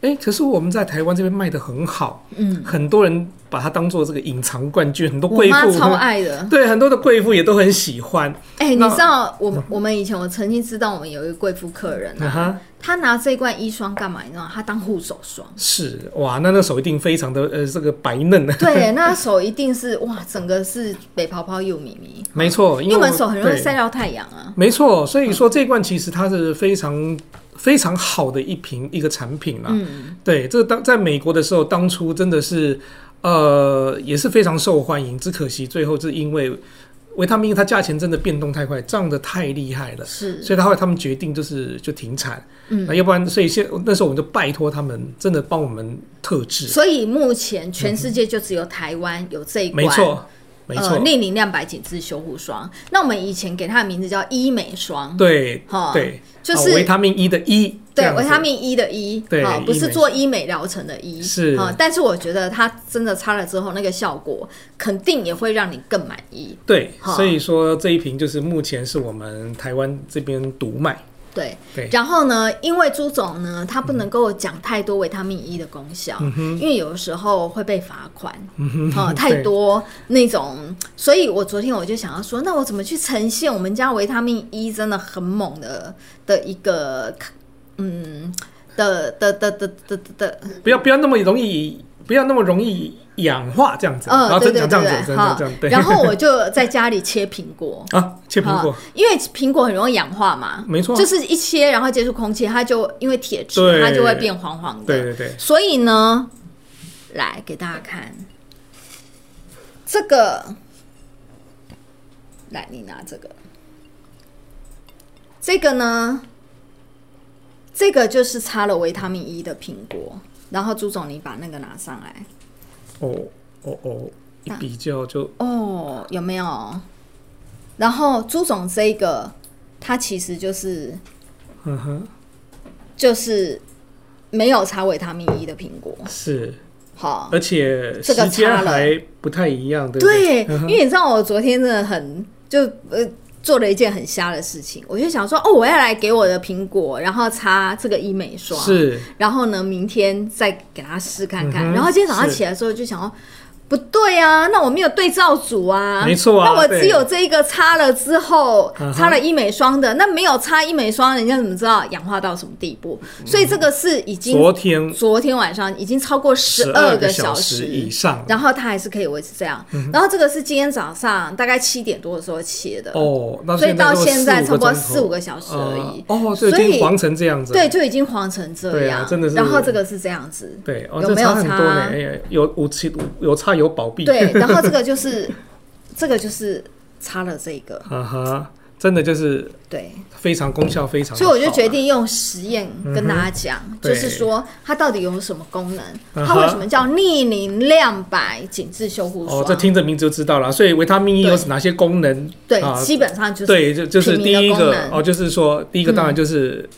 S2: 哎，可是我们在台湾这边卖的很好，
S1: 嗯，
S2: 很多人把它当做这个隐藏冠军，很多
S1: 我
S2: 贵
S1: 妈
S2: 妇
S1: 超爱的。
S2: 对很多的贵妇也都很喜欢，
S1: 哎、你
S2: 那嗯
S1: 知道我我们以前我曾经知道我们有一个贵妇客人
S2: 啊
S1: 啊，
S2: 哈，
S1: 她拿这罐医霜干嘛？你知道吗？她当护手霜。
S2: 是哇，那那手一定非常的呃这个白嫩啊，
S1: 对， 那手一定是哇，整个是北泡泡又咪咪，
S2: 没错，
S1: 因
S2: 因
S1: 为
S2: 为
S1: 我们手很容易
S2: 对
S1: 晒到太阳啊。
S2: 没错，所以说这一罐其实它是非常非常好的一瓶一个产品啦。啊
S1: 嗯，
S2: 对，这个当在美国的时候，当初真的是呃也是非常受欢迎，只可惜最后是因为维他命 E 它价钱真的变动太快，涨得太厉害了。
S1: 是，
S2: 所以他后来他们决定就是就停产，
S1: 嗯
S2: 那要不然，所以现那时候我们就拜托他们真的帮我们特制，
S1: 所以目前全世界就只有台湾有这一
S2: 没
S1: 罐，
S2: 错，没错，
S1: 呃，逆龄亮白紧致修护霜。那我们以前给它的名字叫医美霜，
S2: 对
S1: 哈
S2: 对，
S1: 就是
S2: 啊维他命 E 的 E，这
S1: 对，
S2: 样子
S1: 维他命 E 的 E，
S2: 对
S1: 啊，
S2: 医
S1: 不是
S2: 美
S1: 做医美疗程的医，
S2: 是
S1: 啊，但是我觉得它真的擦了之后，那个效果肯定也会让你更满意。
S2: 对，
S1: 哈
S2: 所以说这一瓶就是目前是我们台湾这边独卖。
S1: 对，
S2: 对
S1: 然后呢，因为朱总呢，他不能够讲太多维他命 E 的功效，
S2: 嗯
S1: 因为有的时候会被罚款，啊、 太多那种，所以我昨天我就想要说，那我怎么去呈现我们家维他命 E 真的很猛的的一个，嗯，的的的的的的的
S2: 不要不要那么容易，不要那么容易氧化这样子。然
S1: 嗯，
S2: 后
S1: 对
S2: 真
S1: 对
S2: 讲这样
S1: 对
S2: 子，
S1: 对，
S2: 真的这样对。。
S1: 然后我就在家里切苹果
S2: 啊，切苹果
S1: 啊，因为苹果很容易氧化嘛，
S2: 没错啊
S1: 就是一切然后接触空气，它就因为铁质，
S2: 对
S1: 它就会变黄黄的。
S2: 对对对
S1: 所以呢，来给大家看这个，来你拿这个，这个呢，这个就是擦了维他命 E 的苹果。然后朱总，你把那个拿上来啊
S2: 哦哦哦，一比较就
S1: 哦，有没有？然后朱总这个，他其实就是
S2: 嗯哼，
S1: 就是没有擦维他命 E 的苹果，
S2: 是，
S1: 好，
S2: 而且
S1: 哦这个
S2: 时间
S1: 差了
S2: 还不太一样，对不
S1: 对，
S2: 嗯哼
S1: 因为你知道我昨天真的很就呃做了一件很瞎的事情，我就想说哦，我要来给我的苹果，然后擦这个医美霜，，
S2: 是，
S1: 然后呢，明天再给它试看看。
S2: 嗯哼
S1: 然后今天早上
S2: 是
S1: 起来的时候就想说。不对啊，那我没有对照组啊，
S2: 没错啊
S1: 那我
S2: 对
S1: 只有这一个擦了之后，
S2: 嗯哼
S1: 擦了医美霜的，那没有擦医美霜，人家怎么知道氧化到什么地步？所以这个是已经
S2: 昨天
S1: 昨天晚上已经超过十
S2: 十
S1: 二
S2: 个
S1: 小
S2: 时以上，嗯
S1: 然后它还是可以维持这样。然后这个是今天早上大概七点多的时候切的，
S2: 哦，那
S1: 所以到现在差不多四
S2: 四
S1: 五个小时而已。
S2: 哦，所以
S1: 所以
S2: 已经黄成这样子了，
S1: 对，就已经黄成这
S2: 对
S1: 样，
S2: 啊真的是
S1: 然后这个是这样子，
S2: 对，哦，
S1: 有
S2: 这
S1: 没有
S2: 差很多
S1: 差
S2: 呢，哎呀有有其有差有保庇，
S1: 对，然后这个就是， 这个就是擦了这个，
S2: 哈啊哈，真的就是
S1: 对，
S2: 非常功效非常的
S1: 所以
S2: 好啊，
S1: 我就决定用实验跟大家讲，
S2: 嗯对
S1: 就是说它到底有什么功能，
S2: 嗯哼
S1: 它为什么叫逆龄亮白紧致修护霜？
S2: 哦，这听着名字就知道了。所以维他命 E
S1: 对
S2: 有哪些功能？
S1: 对，
S2: 啊
S1: 基本上就是
S2: 对，就就是
S1: 平
S2: 第
S1: 民的
S2: 一
S1: 功
S2: 个
S1: 能
S2: 哦，就是说第一个当然就是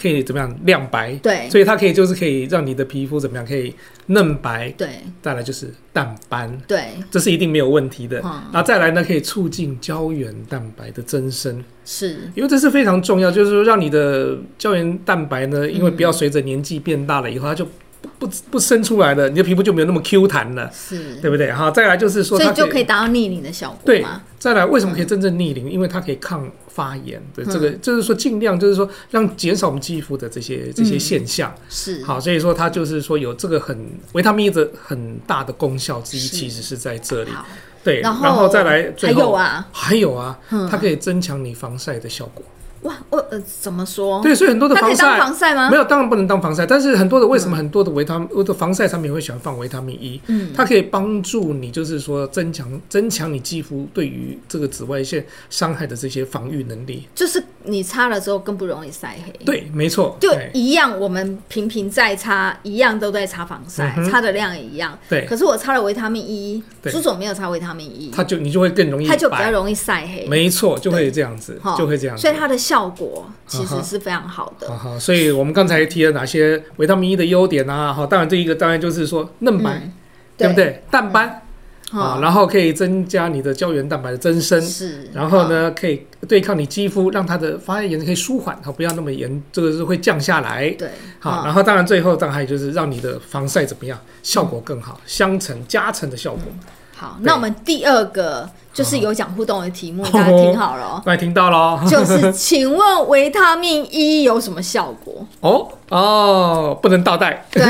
S2: 可以怎么样亮白，
S1: 对
S2: 所以它可以就是可以让你的皮肤怎么样可以嫩白，
S1: 对
S2: 再来就是淡斑。
S1: 对
S2: 这是一定没有问题的，
S1: 嗯
S2: 然后再来呢，可以促进胶原蛋白的增生，
S1: 是，
S2: 因为这是非常重要，就是说让你的胶原蛋白
S1: 嗯
S2: 呢，因为不要随着年纪变大了以后，它就不不不生出来了，你的皮肤就没有那么 Q 弹了，
S1: 是，
S2: 对不对？哈，再来就是说
S1: 所
S2: 它
S1: 以就
S2: 可以
S1: 可以达到逆龄的效果
S2: 对
S1: 嘛？，
S2: 再来为什么可以真正逆龄？因为它可以抗发炎的这
S1: 嗯
S2: 个，就是说尽量就是说让减少我们肌肤的这些这些现象。
S1: 是，
S2: 好，所以说它就是说有这个很维他命 E 的很大的功效之一，
S1: 是
S2: 其实是在这里。
S1: 好
S2: 对，
S1: 然
S2: 然
S1: 后
S2: 后再来
S1: 还
S2: 最
S1: 有
S2: 后。
S1: 啊，
S2: 还有啊，
S1: 嗯
S2: 它可以增强你防晒的效果。
S1: 哇，我呃怎么说？
S2: 对，所以很多的
S1: 它可
S2: 防
S1: 以当
S2: 晒
S1: 防晒吗
S2: 没？有，当然不能当防晒，但是很多的为什么很多的维他我的防晒产品会喜欢放维他命 E？
S1: 嗯
S2: 它可以帮助你，就是说增强增强你肌肤对于这个紫外线伤害的这些防御能力。
S1: 就是你擦了之后更不容易晒黑。。
S2: 对，没错，哎
S1: 就
S2: 对
S1: 一样，我们频频在擦，一样都在擦防晒，
S2: 嗯哼
S1: 擦的量也一样。
S2: 对，
S1: 可是我擦了维他命 E，
S2: 对
S1: 朱总没有擦维他命 E，
S2: 它就你就会更容易
S1: 它就比较
S2: 白，
S1: 容易晒黑，
S2: 没错，就会这样子
S1: 哈，
S2: 就会这样子
S1: 所以。它的效果其
S2: 啊
S1: 实
S2: 哈
S1: 是非常好的。
S2: 啊哈，所以我们刚才提了哪些维他命 E 的优点啊？好，当然这一个当然就是说嫩白，
S1: 嗯
S2: 对不对？淡斑、
S1: 哈，
S2: 啊，然后可以增加你的胶原蛋白的增生，
S1: 是。
S2: 然后呢，可以对抗你肌肤，让它的发炎可以舒缓，好，不要那么严，这个是会降下来
S1: 哈？。对。
S2: 好，
S1: 哈
S2: 然后当然最后当然还有就是让你的防晒怎么
S1: 嗯
S2: 样，效果更好，相乘加成的效果。
S1: 好，
S2: 对
S1: 那我们第二个就是有奖互动的题目，
S2: 哦
S1: 大家听好了哦。
S2: 大家听到喽？
S1: 就是请问维他命 E 有什么效 果？
S2: 哦哦，不能倒带，
S1: 对，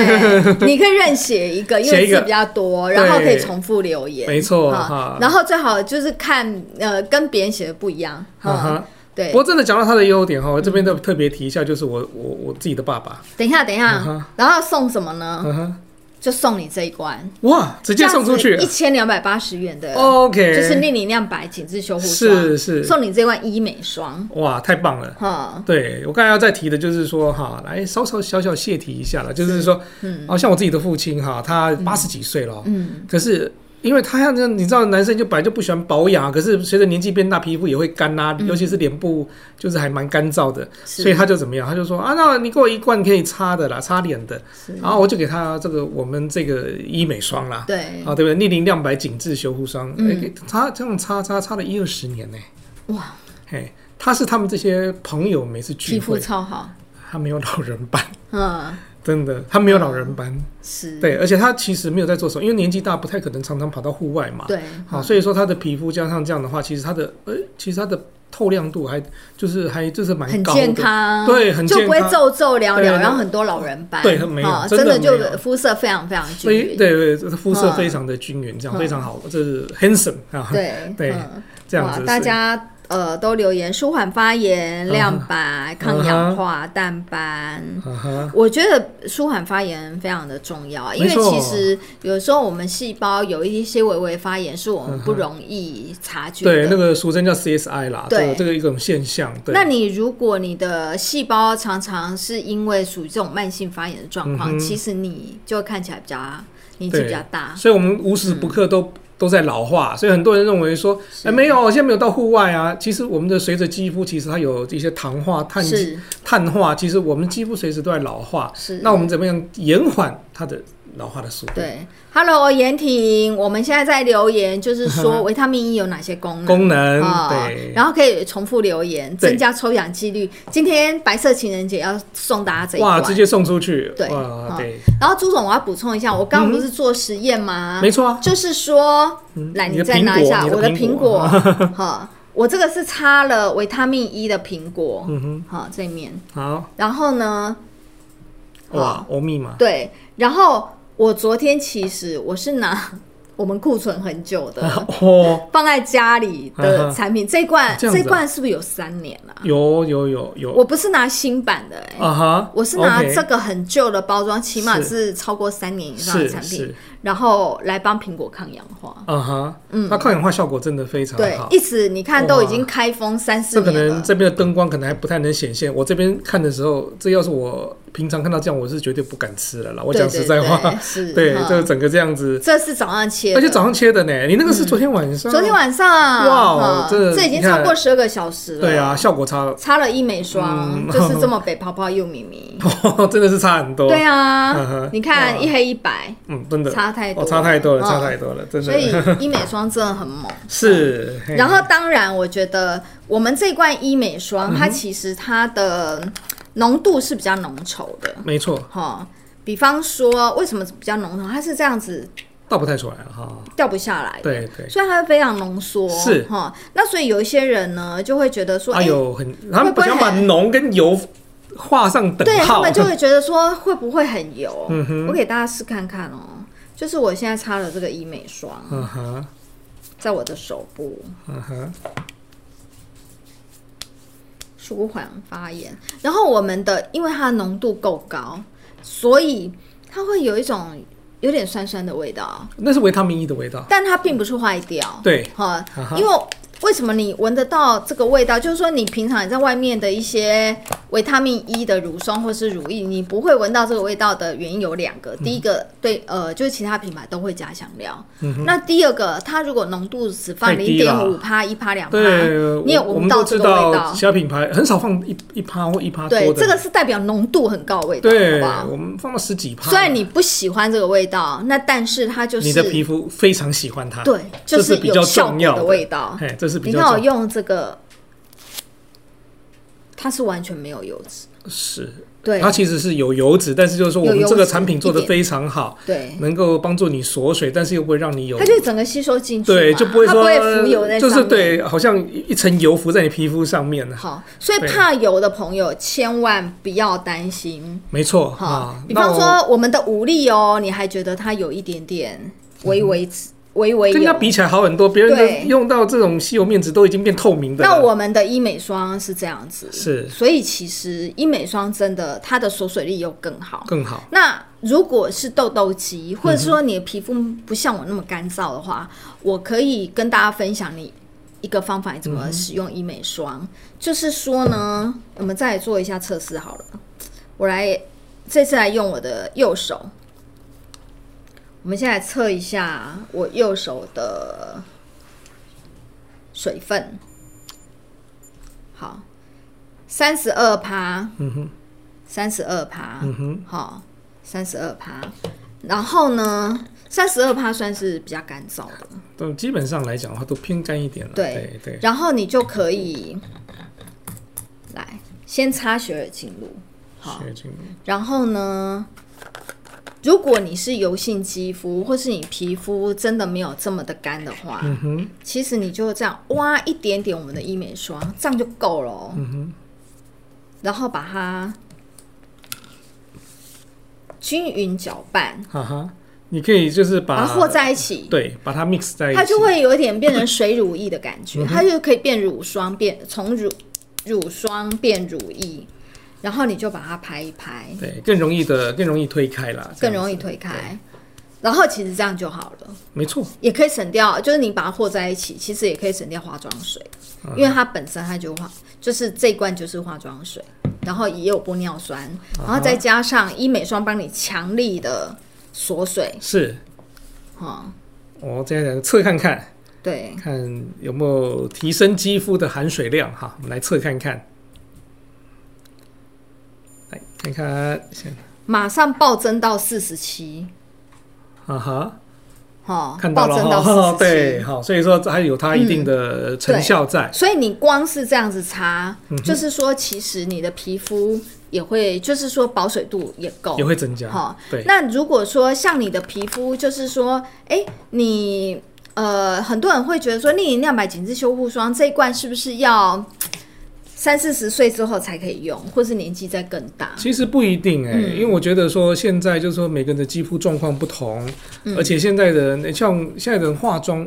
S1: 你可以认写一个，因
S2: 写
S1: 为
S2: 一个
S1: 字比较多，然后可
S2: 对
S1: 以重复留言，
S2: 没错
S1: 啊
S2: 哈。
S1: 然后最好就是看呃跟别人写的不一样，
S2: 哈
S1: 嗯，
S2: 哈。
S1: 对嗯
S2: 不。过真的讲到它的优点哈，哦我这边都特别提一下，就是我我我自己的爸爸，
S1: 等一下，等一
S2: 嗯
S1: 下
S2: 哼，
S1: 然后送什么呢？
S2: 嗯哼，
S1: 就送你这一罐，
S2: 哇，
S1: 直
S2: 直接送出去啊
S1: 一千两百八十元的，
S2: ，OK，
S1: 就是令你亮白紧致修护霜，
S2: 是是
S1: 送你这罐医美霜，
S2: 哇，太棒了。
S1: 哈，
S2: 对我刚才要再提的就是说哈，来稍稍小小泄题一下了，就是说，嗯，哦，像我自己的父亲哈，他八十几岁了哦，
S1: 嗯，
S2: 可是因为他那你知道，男生就本来就不喜欢保养，可是随着年纪变大，皮肤也会干呐、尤其是脸部就是还蛮干燥的，
S1: 嗯是
S2: 所以他就怎么样，他就说啊，那你给我一罐可以擦的啦，擦脸的，然后我就给他这个我们这个医美霜啦，
S1: 对，
S2: 啊，对不对？逆龄亮白紧致修护霜，
S1: 嗯
S2: 哎、给擦这样擦擦擦了一二十年呢、
S1: 哇，
S2: 嘿，他是他们这些朋友每次
S1: 皮
S2: 聚
S1: 肤
S2: 会，
S1: 超好，
S2: 他没有老人斑，
S1: 嗯，
S2: 真的，他没有老人斑。
S1: 是，
S2: 对，而且他其实没有在做什么，因为年纪大，不太可能常常跑到户外嘛。
S1: 对，
S2: 好，所以说他的皮肤加上这样的话，其实他的呃，其实他的透亮度还就是还就是蛮
S1: 很
S2: 高的，
S1: 健康，
S2: 对，很
S1: 就
S2: 健
S1: 不会
S2: 康。
S1: 皱皱寥寥，
S2: 对
S1: 然后很多老人斑，
S2: 对没有
S1: 啊
S2: 真
S1: 真
S2: 的
S1: 的就
S2: 没有
S1: 肤色非常非常
S2: 所
S1: 均
S2: 以
S1: 匀，
S2: 对对，对肤色
S1: 嗯
S2: 非常的均匀，这
S1: 嗯
S2: 样非常好，这是 handsome 啊，
S1: 对
S2: 对
S1: 嗯
S2: 这样
S1: 哇
S2: 子
S1: 大
S2: 是
S1: 家呃都留言舒缓发炎、
S2: 嗯哼
S1: 亮白、抗
S2: 嗯
S1: 氧
S2: 哼
S1: 化、淡斑。
S2: 啊哈，
S1: 我觉得舒缓发炎非常的重要啊，因为
S2: 没错
S1: 其实有时候我们细胞有一些微微发炎是我们不容易察觉
S2: 啊对，
S1: 的。
S2: 那个俗称叫 CSI 啦，
S1: 对
S2: 这个这个一种现象，对，
S1: 那你如果你的细胞常常是因为属于这种慢性发炎的状况，
S2: 嗯哼
S1: 其实你就会看起来比较年纪
S2: 对
S1: 比较大，
S2: 所以我们无时不刻都都在老化，所以很多人认为说，
S1: 是
S2: 哎，没有，现在没有到户外啊。其实我们的随着肌肤，其实它有一些糖化、碳
S1: 是
S2: 碳化，其实我们肌肤随时都在老化。
S1: 是，
S2: 那我们怎么样延缓它的老化的速度？
S1: 对，Hello，严婷，我们现在在留言，就是说维他命 E 有哪些功能？
S2: 嗯功能、
S1: 啊，
S2: 对，
S1: 然后可以重复留言，
S2: 对
S1: 增加抽奖几率。今天白色情人节要送大家这一
S2: 哇，
S1: 罐。
S2: 直接送出去，
S1: 对
S2: 哇，
S1: 嗯
S2: 对，
S1: 然后朱总，我要补充一下，我刚刚不是做实验吗？
S2: 没错啊。
S1: 就是说，来，
S2: 你
S1: 你
S2: 的
S1: 再拿
S2: 苹
S1: 一
S2: 果
S1: 下
S2: 嗯你的
S1: 我的
S2: 苹
S1: 苹
S2: 果
S1: 果， 哈，我这个是擦了维他命 E 的苹果，
S2: 嗯哼，
S1: 好这一面，
S2: 好，
S1: 然后呢，
S2: 哇，欧密嘛，
S1: 对，然后我昨天其实我是拿我们库存很久 的
S2: 哦，
S1: 放在家里
S2: 啊哈
S1: 的产品，这一罐
S2: 这样子啊
S1: 这一罐是不是有三年了？
S2: 有有有有，
S1: 我不是拿新版的，哎，
S2: 啊哈，
S1: 我是拿
S2: OK，
S1: 这个很旧的包装，起码
S2: 是
S1: 是超过三年以上的
S2: 是
S1: 产品
S2: 是，
S1: 然后来帮苹果抗氧化。
S2: 啊哈，嗯，它抗氧化效果真的非常
S1: 对
S2: 好，。
S1: 一直你看都已经
S2: 哇
S1: 开封三四
S2: 这可
S1: 年
S2: 能
S1: 了，
S2: 这边的灯光可能还不太能显现。我这边看的时候，这要是我平常看到这样，我是绝对不敢吃了啦。我
S1: 对
S2: 讲实在
S1: 对
S2: 话
S1: 对， 是
S2: 对，
S1: 嗯
S2: 这整个这样子，
S1: 这是早上切的，
S2: 而且早上切的呢，你那个是昨天晚
S1: 嗯
S2: 上，
S1: 昨天晚上，
S2: 哇哦
S1: 嗯
S2: 这
S1: 这已经
S2: 你看
S1: 超过十二个小时了，
S2: 对啊，，效果差，
S1: 擦了医美霜，
S2: 嗯
S1: 就是 这么北泡泡又迷迷，
S2: 真的是差很多。
S1: 对
S2: 嗯
S1: 啊
S2: 哼，
S1: 你
S2: 哇
S1: 看一黑一白，
S2: 嗯，真的
S1: 差太多
S2: 哦，差太多了，
S1: 嗯
S2: 差太多了，真
S1: 所以
S2: 的
S1: 医美霜真的很猛。
S2: 是。 嘿
S1: 然后当然，我觉得我们这罐医美
S2: 嗯
S1: 霜，它其实它的浓度是比较浓稠的，
S2: 没错，
S1: 哈。比方说，为什么比较浓稠？它是这样子
S2: 倒不太出来了哈。
S1: 掉不下来的，
S2: 对对，
S1: 所以它会非常浓缩，
S2: 是
S1: 哈。那所以有一些人呢，就会觉得说，
S2: 哎
S1: 哎、
S2: 呦，很，他们不
S1: 会不
S2: 想
S1: 会
S2: 把
S1: 很
S2: 浓跟油画上等
S1: 对他
S2: 号。嗯
S1: 们就会觉得说会不会很油？我给大家试看看哦，就是我现在擦了这个医美霜，
S2: 嗯哼，
S1: 在我的手部，
S2: 嗯哼，
S1: 舒缓发炎。然后我们的，因为它的浓度够高，所以它会有一种有点酸酸的味道，
S2: 那是维他命 E 的味道。
S1: 但它并不是坏掉。
S2: 对，
S1: 哈
S2: 啊哈，
S1: 因为为什么你闻得到这个味道？就是说你平常你在外面的一些维他命 E 的乳霜或是乳液，你不会闻到这个味道的原因有两个。
S2: 嗯
S1: 第一个，对，呃，就是其他品牌都会加香料。那第二个，它如果浓度只放
S2: 太
S1: 零
S2: 低了
S1: 点五帕、一帕、两帕，
S2: 对，
S1: 啊你也
S2: 我我
S1: 闻
S2: 们
S1: 不
S2: 都
S1: 到
S2: 知
S1: 这个味
S2: 道，
S1: 道
S2: 其。他品牌很少放一一趴或一趴多
S1: 对，
S2: 的。
S1: 这个是代表浓度很高的味道，好
S2: 对，
S1: 不好？
S2: 我们放到十几趴。
S1: 虽然你不喜欢这个味道，那但是它就是
S2: 你的皮肤非常喜欢它，
S1: 对，
S2: 这
S1: 就是
S2: 比较
S1: 有效
S2: 重
S1: 果
S2: 要的
S1: 味道。
S2: 嘿，这是比
S1: 你
S2: 较
S1: 看我哦
S2: 重要
S1: 用这个，它是完全没有油脂，
S2: 是。
S1: 对
S2: 它其实是有油脂，但是就是说我
S1: 有
S2: 们
S1: 油
S2: 这个
S1: 脂
S2: 产品
S1: 一
S2: 做的
S1: 点
S2: 非常好，
S1: 对，
S2: 能够帮助你锁水，但是又不会让你有
S1: 它就整个吸收进去嘛，
S2: 对，就不会
S1: 它
S2: 说
S1: 不会浮油在上面。
S2: 就是对，好像一层油浮在你皮肤上面呢。
S1: 好，所以
S2: 对
S1: 怕油的朋友千万不要担心
S2: 没错
S1: 哈
S2: 啊。。
S1: 比方
S2: 那我
S1: 说我们的无力哦，你还觉得它有一点点微微微微
S2: 嗯跟人家
S1: 油，
S2: 比起来好很多，别人的
S1: 对
S2: 用到这种吸油面纸都已经变透明的了。
S1: 那我们的医美霜是这样子，
S2: 是
S1: 所以其实医美霜真的它的锁水力又更好。
S2: 更好，
S1: 那如果是痘痘肌，或者说你的皮肤不像我那么干燥的话，
S2: 嗯
S1: 我可以跟大家分享你一个方法，你怎
S2: 嗯
S1: 么使用医美霜。就是说呢，我们再来做一下测试好了。我来这次来用我的右手，我们现在测一下我右手的水分。好，三十二趴，
S2: 嗯哼，
S1: 三十二趴，
S2: 嗯哼，
S1: 好，三十二趴。然后呢，三十二趴算是比较干燥的，
S2: 都基本上来讲的话都偏干一点了。
S1: 对
S2: 啊对对，
S1: 然后你就可以来先擦雪耳精露，好，
S2: 血清
S1: 然后呢，如果你是油性肌肤，或是你皮肤真的没有这么的干的话，
S2: 嗯哼，
S1: 其实你就这样挖一点点我们的医美霜，这样就够了、哦。
S2: 嗯哼，
S1: 然后把它均匀搅拌，
S2: 哈哈，你可以就是把
S1: 把它和在一起，
S2: 对，把它 mix 在一起，
S1: 它就会有一点变成水乳液的感觉，它就可以变乳霜，变从乳乳霜变乳液，然后你就把它拍一拍，
S2: 对更容易的更容易推开啦，
S1: 更容
S2: 易
S1: 易推开。然后其实这样就好了，
S2: 没错，
S1: 也可以省掉，就是你把它和在一起，其实也可以省掉化妆水，因为它本身它就化，就是这一罐就是化妆水，然后也有玻尿酸，然后再加上医美霜帮你强力的锁水，
S2: 是
S1: 哈、
S2: 我这样来测看看，
S1: 对，
S2: 看有没有提升肌肤的含水量哈，我们来测看看。来看看，先
S1: 马上暴增到四十七，
S2: 啊哈，
S1: 哈，
S2: 看到
S1: 暴
S2: 了
S1: 增到
S2: 哈，
S1: 四
S2: 对，
S1: 十嗯
S2: 好，所以说它有它一定的成效在
S1: 七，，所以你光是这样子擦，
S2: 嗯
S1: 就是说其实你的皮肤也会，就是说保水度也够
S2: 也，会增加。
S1: 哦好
S2: 对，
S1: 那如果说像你的皮肤，就是说，哎、你呃，很多人会觉得说，丽莹亮白紧致修护霜这一罐是不是要三四十岁之后才可以用，或是年纪再更大？
S2: 其实不一定哎、
S1: 嗯
S2: 因为我觉得说现在就是说每个人的肌肤状况不同，
S1: 嗯
S2: 而且现在的人像现在的人化妆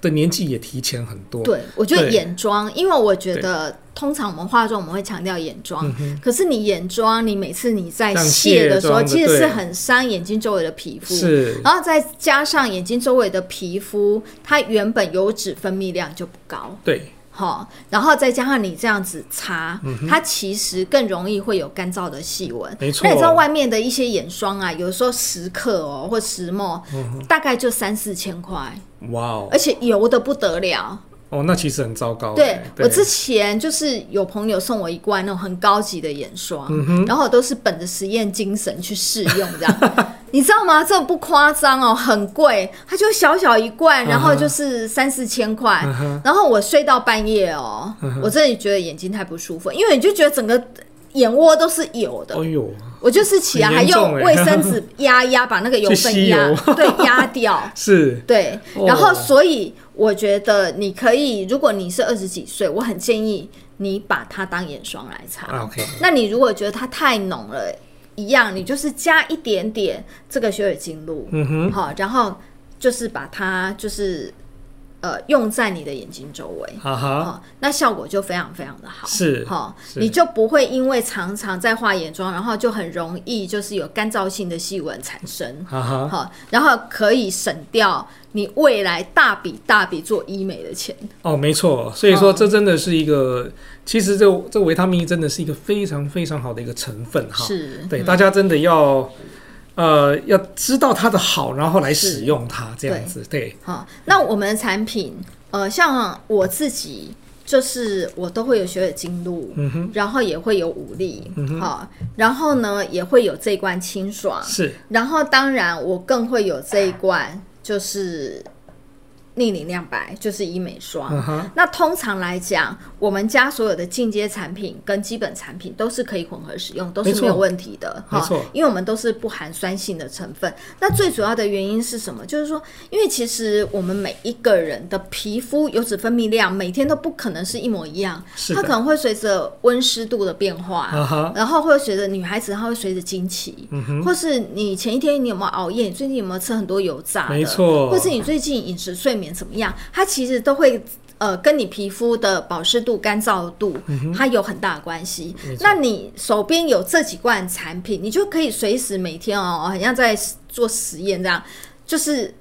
S2: 的年纪也提前很多。
S1: 对，我觉得
S2: 对
S1: 眼妆，因为我觉得通常我们化妆我们会强调眼妆，可是你眼妆，你每次你在
S2: 嗯像
S1: 卸的
S2: 卸
S1: 时候，
S2: 妆的
S1: 其实是
S2: 对
S1: 很伤眼睛周围的皮肤。
S2: 是，
S1: 然后再加上眼睛周围的皮肤，它原本油脂分泌量就不高，
S2: 对，
S1: 好、然后再加上你这样子擦，它其实更容易会有干燥的细纹。
S2: 嗯没错
S1: 那你知道外面的一些眼霜啊，有时候十克哦或十沫，
S2: 嗯
S1: 大概就三四千块，
S2: 哇哦，
S1: 而且油的不得了。
S2: 哦，那其实很糟糕欸。
S1: 对
S2: 对
S1: 我之前就是有朋友送我一罐那种很高级的眼霜，
S2: 嗯
S1: 然后我都是本着实验精神去试用这 样。你知道吗？这种不夸张哦，很贵，它就小小一
S2: 嗯
S1: 罐，然后就是三四千块。然后我睡到半夜哦，
S2: 嗯
S1: 我真的觉得眼睛太不舒服，因为你就觉得整个眼窝都是油的。
S2: 哎呦，
S1: 我就是起来
S2: 很
S1: 还
S2: 严
S1: 用
S2: 重欸
S1: 卫生纸压压，把那个油
S2: 去
S1: 分
S2: 吸
S1: 压
S2: 油
S1: 对压掉。
S2: 是
S1: 对，
S2: 哦
S1: 然后所以我觉得你可以，如果你是二十几岁，我很建议你把它当眼霜来擦。
S2: 啊，OK，
S1: 那你如果觉得它太浓了，一样，你就是加一点点这个雪尔精露，
S2: 嗯哼，
S1: 好、然后就是把它就是呃用在你的眼睛周围。
S2: 啊哈，
S1: 哦，那效果就非常非常的好，
S2: 是
S1: 哈、
S2: 是
S1: 你就不会因为常常在化眼妆，然后就很容易就是有干燥性的细纹产生，
S2: 啊哈，
S1: 好，然后可以省掉你未来大笔大笔做医美的钱。
S2: 哦，没错，所以说这真的是一个，其实这这维他命 E 真的是一个非常非常好的一个成分哈。
S1: 是，
S2: 对，大家真的要。呃，要知道它的好，然后来使用它，这样子，对，
S1: 好，那我们的产品，呃，像我自己。就是我都会有血水经露，然后也会有五力，好、然后呢也会有这一罐清爽，
S2: 是
S1: 然后当然我更会有这一罐就是逆龄亮白，就是医美霜。
S2: 嗯哼
S1: 那通常来讲，我们家所有的进阶产品跟基本产品都是可以混合使用，都是
S2: 没错
S1: 没有问题的
S2: 没错
S1: 因为我们都是不含酸性的成分。那最主要的原因是什么？就是说，因为其实我们每一个人的皮肤油脂分泌量每天都不可能是一模一样，
S2: 是
S1: 它
S2: 的
S1: 可能会随着温湿度的变化，
S2: 啊哈
S1: 然后会随着女孩子，她会随着经期，
S2: 嗯
S1: 或是你前一天你有没有熬夜，你最近有没有吃很多油炸的，
S2: 没错
S1: 或是你最近饮食睡眠怎么样，它其实都会。呃，跟你皮肤的保湿度、干燥度，
S2: 嗯
S1: 它有很大的关系。那你手边有这几罐产品，你就可以随时每天哦，很像在做实验这样，就是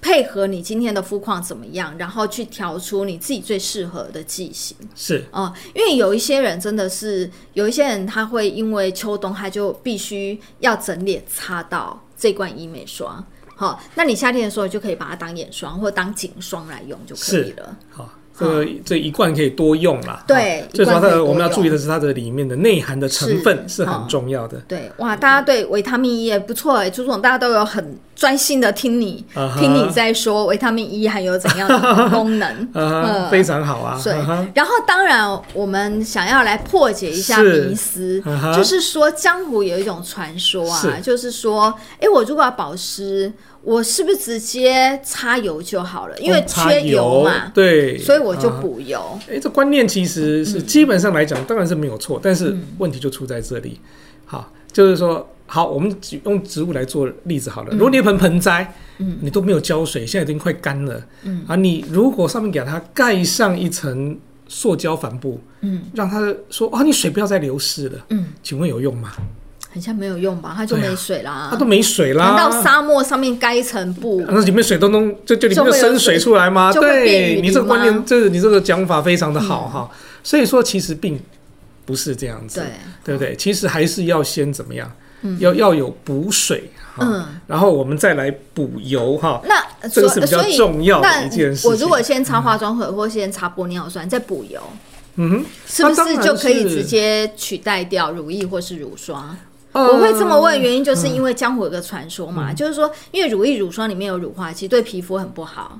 S1: 配合你今天的肤况怎么样，然后去调出你自己最适合的剂型。
S2: 是，
S1: 哦、因为有一些人真的是，有一些人他会因为秋冬，他就必须要整脸擦到这罐医美霜。好、那你夏天的时候就可以把它当眼霜或当颈霜来用就可以了。
S2: 好，这个这一罐可以多用啦。
S1: 对
S2: 哈最主要
S1: 一罐可以
S2: 的
S1: 多
S2: 我们要
S1: 用
S2: 注意的是它的里面的内涵的成分
S1: 是
S2: 是
S1: 哦
S2: 很重要的。
S1: 对，哇，大家对维他命 E 也不错哎，朱总，大家都有很专心的听你、
S2: 啊哈。
S1: 听你在说维他命 E 含有怎样的功能嗯
S2: 啊，非常好啊！
S1: 呃对
S2: 啊哈，
S1: 然后当然，我们想要来破解一下
S2: 是
S1: 迷思，
S2: 啊哈
S1: 就是说江湖有一种传说啊，
S2: 是
S1: 就是说，哎，我如果要保湿，我是不是直接擦油就好了？因为
S2: 哦擦
S1: 缺油嘛，
S2: 对，
S1: 所以我就
S2: 啊。
S1: 补油。
S2: 哎，这观念其实是基本上来讲，当然是没有错，但是问题就出在这里。好，就是说，好，我们举用植物来做例子好了。如果你一盆盆栽，嗯，你都没有浇水，现在已经快干了，嗯，啊，你如果上面给它盖上一层塑胶帆布，嗯，让它说啊，你水不要再流失了，
S1: 嗯，
S2: 请问有用吗？
S1: 很像没有用吧，它就
S2: 对啊
S1: 没水啦
S2: 它。都没水啦，
S1: 难道沙漠上面盖一层布？
S2: 那里面水都弄，就就里面就生水出来吗？
S1: 就会有水就会变雨
S2: 对
S1: 林
S2: 你这个观
S1: 吗嗯
S2: 念，这个你这个讲法非常的好哈、所以说，其实并不是这样子，
S1: 对
S2: 对不对？其实还是要先怎么样？要要有补水哈、
S1: 嗯
S2: 然后我们再来补油哈。
S1: 那所
S2: 这个是比较
S1: 所以
S2: 重要的
S1: 那
S2: 一件事情
S1: 我如果先擦化妆水或先擦玻尿酸，再补油，
S2: 嗯哼，
S1: 是不
S2: 那当
S1: 是
S2: 然
S1: 就可以直
S2: 是？
S1: 接取代掉乳液或是乳霜？
S2: 呃
S1: 我会这么问，原因就是因为江湖有个传说
S2: 嗯
S1: 嘛，就是说因为乳液、乳霜里面有乳化剂，对皮肤很不好。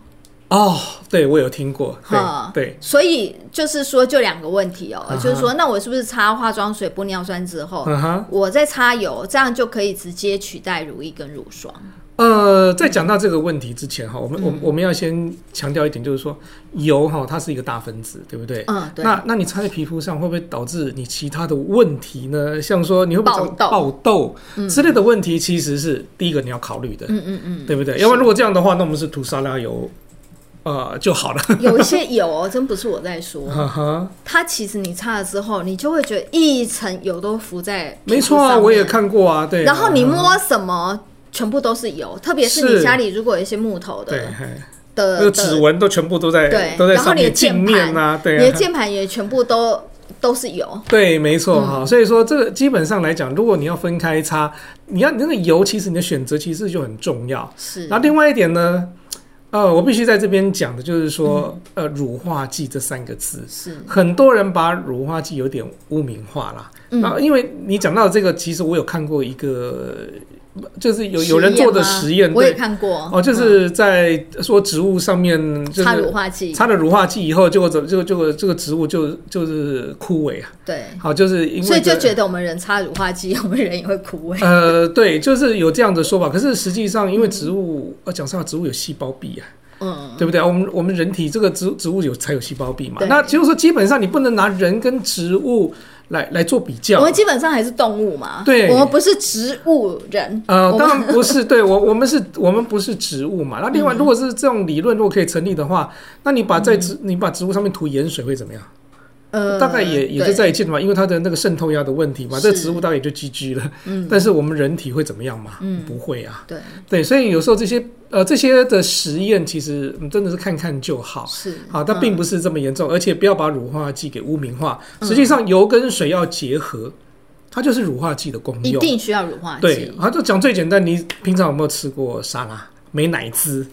S2: 哦，对我有听过，对
S1: 哈
S2: 对，
S1: 所以就是说，就两个问题哦、
S2: 嗯哼
S1: 就是说，那我是不是擦化妆水、玻尿酸之后，
S2: 嗯哼。
S1: 我再擦油，这样就可以直接取代乳液跟乳 霜？
S2: 呃，在讲到这个问题之前哈，我们我
S1: 嗯
S2: 们我们要先强调一点，就是说油哈，它是一个大分子，对不对？
S1: 嗯，对。
S2: 那那你擦在皮肤上会不会导致你其他的问题呢？像说你会不会长
S1: 爆
S2: 爆痘之类的问题，其实是第一个你要考虑的，
S1: 嗯嗯嗯，
S2: 对不对？要不然如果这样的话，那我们是涂沙拉油，呃，就好了。
S1: 有一些油哦、真不是我在说，
S2: 啊哈哈，
S1: 它其实你擦了之后，你就会觉得一层油都浮在皮肤
S2: 没错
S1: 上
S2: 啊，
S1: 面
S2: 我也。看过啊，对啊。
S1: 然后你
S2: 嗯
S1: 摸什么，全部都是油，特别是
S2: 是
S1: 你家里如果有一些木头
S2: 对，
S1: 的
S2: 嘿
S1: 的
S2: 那个指纹都全部都在
S1: 对
S2: 都在
S1: 然后
S2: 上
S1: 你的
S2: 面，
S1: 键
S2: 镜
S1: 盘
S2: 面啊，
S1: 的，
S2: 对啊，
S1: 你的键盘也全部都都是油。
S2: 对，没错
S1: 嗯
S2: 哈、所以说这个基本上来讲，如果你要分开擦，你要你那个油，其实你的选择其实就很重要。
S1: 是
S2: 然后另外一点呢，呃，我必须在这边讲的就是说，
S1: 嗯
S2: 呃，乳化剂这三个字，
S1: 是，
S2: 很多人把乳化剂有点污名化啦。
S1: 嗯
S2: 然后因为你讲到这个，其实我有看过一个，就是有有人
S1: 实验
S2: 做的
S1: 吗
S2: 实验，
S1: 我也
S2: 对，
S1: 看过。嗯
S2: 哦，就是在说植物上面就
S1: 擦乳
S2: 是。
S1: 化剂，
S2: 擦了乳化剂以后，结果怎就就这个植物就就是枯萎啊，
S1: 对，
S2: 好，就是因为
S1: 所以就
S2: 这
S1: 觉得我们人擦乳化剂， 我们人也会枯萎。
S2: 呃，对，就是有这样的说法。可是实际上，因为植物，呃，讲实话，植物有细胞壁啊，
S1: 嗯，
S2: 对不对？我们我们人体这个植植物有才有细胞壁嘛
S1: 对。
S2: 那就是说，基本上你不能拿人跟植物来来做比较
S1: 我。们基本上还是动物嘛，
S2: 对
S1: 我们不是植物人。
S2: 呃，
S1: 我
S2: 当
S1: 们
S2: 然 不是，对我我们是，我们不是植物嘛。那另
S1: 嗯
S2: 外，如果是这种理论，如果可以成立的话，那你把在植你把植物上面涂盐水会怎么样？
S1: 嗯呃，
S2: 大概也也就
S1: 对
S2: 在一见嘛，因为它的那个渗透压的问题嘛，这
S1: 是
S2: 植物大概也就 GG 了。但是我们人体会怎么样嘛？
S1: 嗯
S2: 不会啊。
S1: 对
S2: 对，所以有时候这些呃这些的实验，其实嗯真的是看看就好。
S1: 是
S2: 好，它并
S1: 嗯
S2: 不是这么严重，而且不要把乳化剂给污名化。实际上，油跟水要结合，它就是乳化剂的功
S1: 一
S2: 用。
S1: 定需要乳化
S2: 对
S1: 剂，。
S2: 它就讲最简单，你平常有没有吃过沙拉？美乃滋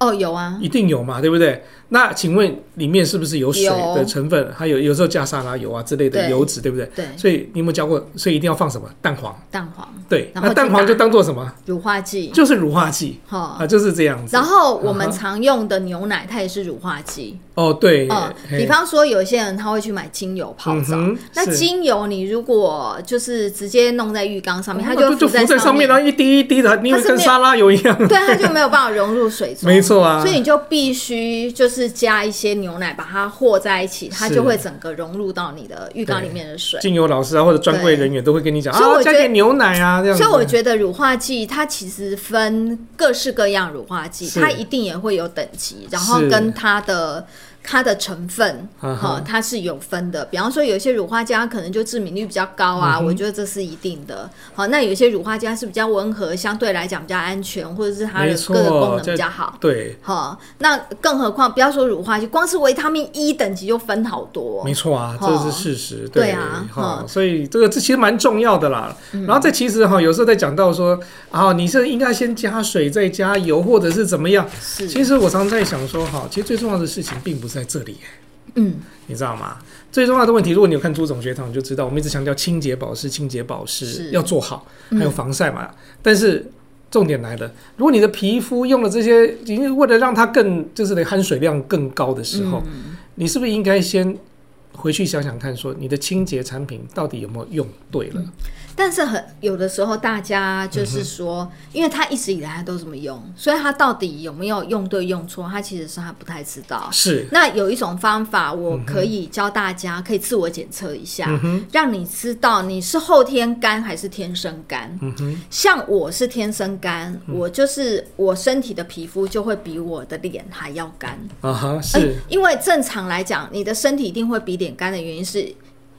S1: 哦，有啊，
S2: 一定有嘛，对不对？那请问里面是不是有水
S1: 有
S2: 的成分？还有有时候加沙拉油啊之类的
S1: 对
S2: 油脂，对不对？
S1: 对，
S2: 所以你有没有教过？所以一定要放什么蛋黄？
S1: 蛋黄
S2: 对，
S1: 然后
S2: 那蛋
S1: 去
S2: 黄
S1: 打
S2: 就当做什么？
S1: 乳化剂，
S2: 就是乳化剂
S1: 哈。
S2: 啊，就是这样子。
S1: 然后我们
S2: 嗯哼
S1: 常用的牛奶，它也是乳化剂。
S2: 哦，对，
S1: 嗯，
S2: 嘿
S1: 比方说有一些人他会去买精油泡澡
S2: 嗯哼，
S1: 那
S2: 是
S1: 精油你如果就是直接弄在浴缸上面，它
S2: 哦就
S1: 浮
S2: 浮在
S1: 上
S2: 面，啊然后一滴一滴的，你以为
S1: 它是
S2: 跟
S1: 没有
S2: 沙拉油一样，
S1: 对，它就没有办法融入水中，
S2: 没错啊
S1: 所以你就必须就是加一些牛奶，把它和在一起，它
S2: 是
S1: 就会整个融入到你的浴缸里面的水。
S2: 精油老师啊或者专柜人员都会跟你讲
S1: 所以我
S2: 啊，
S1: 觉
S2: 加
S1: 得
S2: 点牛奶啊这样子。
S1: 所以我觉得乳化剂它其实分各式各样乳化剂，
S2: 是
S1: 它一定也会有等级，然后
S2: 是
S1: 跟它的它的成分，哈、
S2: 啊哈
S1: 它是有分的。比方说有一些乳化剂它可能就致敏率比较高
S2: 嗯
S1: 啊，我觉得这是一定的。好，那有一些乳化剂它是比较温和，相对来讲比较安全，或者是它的
S2: 没
S1: 各个功
S2: 错，
S1: 能比较好。
S2: 对，
S1: 好，那更何况不要说乳化剂，光是维他命 E 等级就分好多、
S2: 没错啊，
S1: 哦
S2: 这是事实，
S1: 对啊
S2: 哈，
S1: 嗯
S2: 所以这个这其实蛮重要的啦。然后这其实哈，有时候在讲到说啊，你是应该先加水再加油，或者是怎么样？
S1: 是，
S2: 其实我常在想说哈，其实最重要的事情并不是在这里，
S1: 嗯，
S2: 你知道吗？最重要的问题，如果你有看朱总学堂，你就知道我们一直强调清洁保湿，清洁保
S1: 是
S2: 湿要做好，还有防晒嘛。但是重点来了，如果你的皮肤用了这些，因为为了让它更就是的含水量更高的时候，你是不是应该先回去想想看，说你的清洁产品到底有没有用对了？
S1: 但是很有的时候大家就是说，因为他一直以来他都这么用，所以他到底有没有用对用错，他其实是他不太知道。
S2: 是，
S1: 那有一种方法，我可以教大家，可以自我检测一下，
S2: 嗯
S1: 让你知道你是后天干还是天生干。
S2: 嗯哼，
S1: 像我是天生干，我就是我身体的皮肤就会比我的脸还要干。
S2: 啊哈，
S1: 哎
S2: 是，
S1: 因为正常来讲，你的身体一定会比脸干的原因是。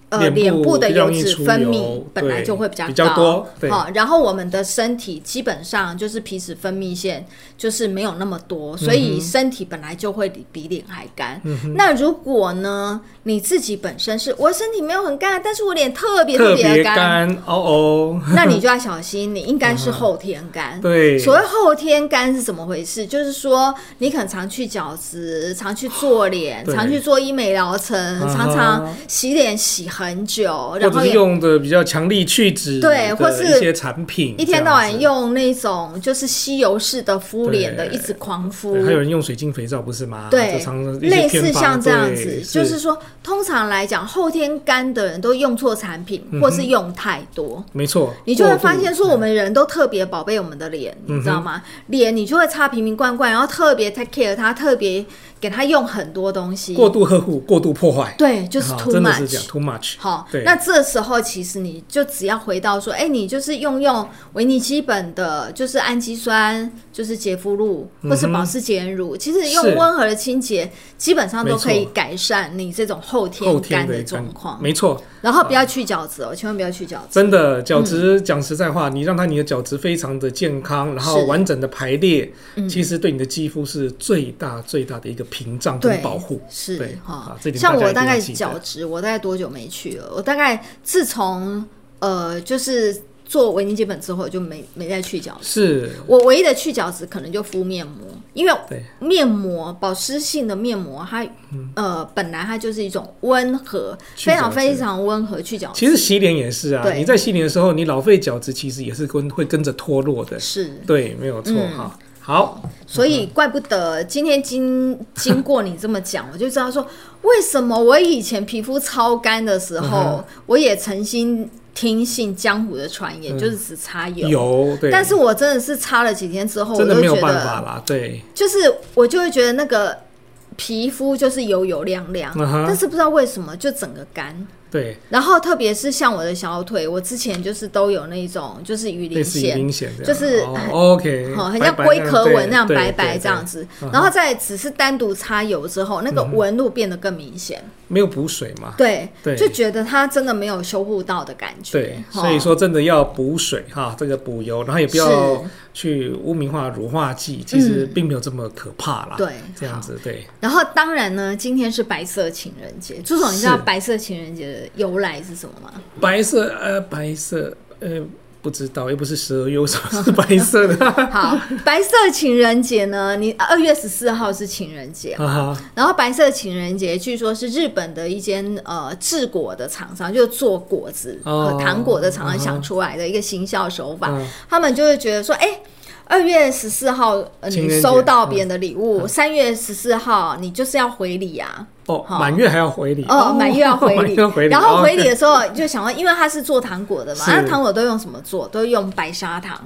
S1: 呃，
S2: 脸
S1: 脸
S2: 部
S1: 部的
S2: 比较
S1: 油
S2: 容易
S1: 脂
S2: 出
S1: 分泌
S2: 油
S1: 本来
S2: 对
S1: 就会比较
S2: 比较
S1: 高
S2: 多，对
S1: 好、然后我们的身体基本上就是皮脂分泌腺就是没有那么
S2: 嗯
S1: 多，所以身体本来就会比比脸还干。那如果呢，你自己本身是我身体没有很干，但是我脸特别
S2: 哎特
S1: 别
S2: 别干哦哦，
S1: 那你就要小心，你应该是后天干。
S2: 对，
S1: 所谓后天干是怎么回事？就是说，你可能常去角质，常去做脸，
S2: 对
S1: 常去做医美疗程，
S2: 啊哈
S1: 常常洗脸洗很久，
S2: 或
S1: 然
S2: 者
S1: 后
S2: 是
S1: 也
S2: 用的比较强力去脂
S1: 对
S2: 的
S1: 或是
S2: 一些产品，
S1: 一天
S2: 这样
S1: 到晚
S2: 子。
S1: 用那种就是吸油式的敷脸的，
S2: 对
S1: 一直狂敷
S2: 对。还有人用水晶肥皂不是吗？
S1: 对
S2: 就常常，一些
S1: 类
S2: 偏
S1: 似
S2: 方
S1: 像这样
S2: 对
S1: 子，就是说，通常来讲，后天干的人都用错产品，
S2: 嗯
S1: 或是用太多。
S2: 没错，
S1: 你就会
S2: 过度
S1: 发现说，我们人都特别宝贝我们的脸，
S2: 嗯
S1: 你知道吗？脸你就会擦瓶瓶罐罐，然后特别 take care 它，特别给它用很多东西。
S2: 过度呵护、过度破坏，
S1: 对，就是
S2: 啊
S1: too
S2: 真的是
S1: much
S2: 这样。too much。
S1: 好
S2: 对，
S1: 那这时候其实你就只要回到说，哎、你就是用用维尼基本的，就是氨基酸，就是洁肤露，或是保湿洁颜乳，其实用
S2: 嗯是
S1: 温和的清洁，基本上都
S2: 没错
S1: 可以改善你这种后天
S2: 后天
S1: 干
S2: 的
S1: 的
S2: 一个
S1: 状
S2: 干
S1: 况。
S2: 没错，
S1: 然后不要去角质哦，千万不要去角质。
S2: 真的角
S1: 嗯
S2: 质，讲实在话，你让它你的角质非常的健康，然后
S1: 是嗯
S2: 完整的排列，其实对你的肌肤是最大最大的一个屏障
S1: 对
S2: 跟保护。对
S1: 是哈
S2: 啊这。点
S1: 像
S2: 大家
S1: 我
S2: 一定
S1: 大
S2: 要
S1: 概
S2: 记得
S1: 角质，我大概多久没去了？我大概自从呃，就是做维尼基本之后，就没没再去角质。
S2: 是，
S1: 我唯一的去角质可能就敷面膜，因为
S2: 对嗯
S1: 面膜保湿性的面膜，它、呃本来它就是一种温和，
S2: 去
S1: 非常
S2: 角质
S1: 非常温和去角质。
S2: 其实洗脸也是啊，
S1: 对
S2: 你在洗脸的时候，你老废角质其实也是跟会跟着脱落的。
S1: 是，
S2: 对，没有错
S1: 嗯
S2: 哈。好，
S1: 所以怪不得今天经经过你这么讲， 我就知道说为什么我以前皮肤超干的时
S2: 嗯
S1: 候，我也曾经听信江湖的传言，就是只擦油。
S2: 嗯有对，
S1: 但是我真的是擦了几天之后，我
S2: 真的
S1: 就
S2: 没有
S1: 觉
S2: 办法
S1: 得，
S2: 啦，对，
S1: 就是我就会觉得那个皮肤就是油油亮亮，
S2: 嗯哼
S1: 但是不知道为什么就整个干。
S2: 对，
S1: 然后特别是像我的小腿，我之前就是都有那种就是鱼
S2: 类
S1: 鳞
S2: 似于
S1: 线，
S2: 明显的，
S1: 就是
S2: 哦
S1: 很
S2: OK，
S1: 哦，很
S2: 白
S1: 像
S2: 白
S1: 龟
S2: 那样
S1: 壳
S2: 对
S1: 纹那样
S2: 对
S1: 白
S2: 对嗯
S1: 白
S2: 对
S1: 这样子，然后再只是单独擦油之后，那个纹路变得更明显，
S2: 没有补水嘛，
S1: 对，
S2: 嗯对
S1: 就觉得它真的没有修护到的感觉，
S2: 对，
S1: 哦
S2: 所以说真的要补水哈，这个补油，然后也不要
S1: 是嗯
S2: 去污名化乳化剂，其实并没有这么可怕啦。
S1: 对
S2: 这样子对，
S1: 然后当然呢，今天是白色情人节，朱总，你知
S2: 是
S1: 道白色情人节的由来是什么 吗？
S2: 白色呃白色呃不知道，又不是十二月，为什么是 白色的？ 哈
S1: 好，白色情人节呢，你二月十四号是情人节嘛
S2: 哈，
S1: 然后白色情人节据说是日本的一间呃制果的厂商，就做果子
S2: 哦
S1: 和糖果的厂商
S2: 嗯哼
S1: 想出来的一个行销手法，
S2: 嗯
S1: 他们就会觉得说，哎、二月十四号、呃、
S2: 情
S1: 你
S2: 人节
S1: 收到别人的礼
S2: 嗯
S1: 物，三、月十四号你就是要回礼啊，
S2: 哦，
S1: 好
S2: 满月还要回礼
S1: 哦，满月要回
S2: 满
S1: 礼
S2: 月回，礼，
S1: 然后回礼
S2: 哦
S1: 的时候就想到，因为他是做糖果的嘛，
S2: 是
S1: 那糖果都用什么做？都用白砂糖，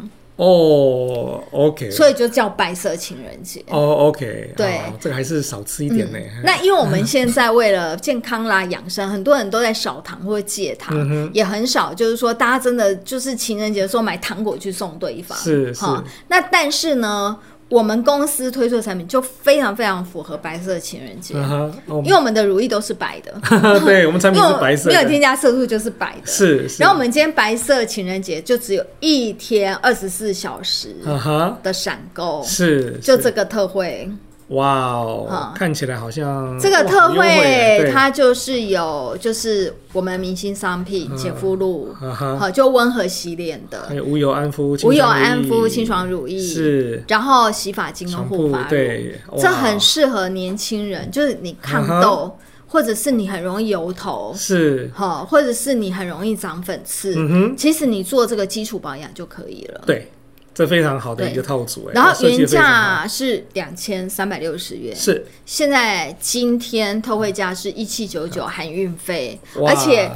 S2: 哦，OK，
S1: 所以就叫白色情人节。
S2: 哦，OK，
S1: 对
S2: 哦这个还是少吃一点呢。
S1: 那因为我们现在为了健康啦、养生，很多人都在少糖或戒糖，
S2: 嗯
S1: 也很少就是说大家真的就是情人节的时候买糖果去送对方。
S2: 是
S1: 哈
S2: 是
S1: 那但是呢，我们公司推出的产品就非常非常符合白色情人节，
S2: 嗯哼，哦
S1: 因为我们的如意都是白的，
S2: 对我们产
S1: 因为
S2: 品 是
S1: 我
S2: 白色
S1: 没有
S2: 的，
S1: 添加色素就是白的。
S2: 是是，
S1: 然后我们今天白色情人节就只有一天二十四小时
S2: 嗯哼，
S1: 的闪购，
S2: 是
S1: 就是这个特惠。
S2: 哇哦
S1: 啊，
S2: 看起来好像
S1: 这个特
S2: 哇很优
S1: 惠
S2: 对
S1: 它就是有，就是我们明星商品洁肤露，
S2: 啊哈，
S1: 好就温和洗脸的
S2: 还，有无油安肤、
S1: 无
S2: 无
S1: 有安肤清爽乳液，
S2: 是
S1: 然后洗发精跟
S2: 床
S1: 护
S2: 铺
S1: 发乳，
S2: 对，
S1: 这
S2: 哇嗯
S1: 很适合年轻人，就是你抗痘，或者是你很容易油头。
S2: 是嗯
S1: 好，或者是你很容易长粉刺，其实你做这个基础保养就可以了。
S2: 对，这非常好的一个
S1: 对
S2: 套组哎，
S1: 然后
S2: 设计
S1: 原
S2: 得非常好
S1: 价是两千三百六十元，
S2: 是
S1: 现在今天特惠价是一七九九含运费，
S2: 哇
S1: 而且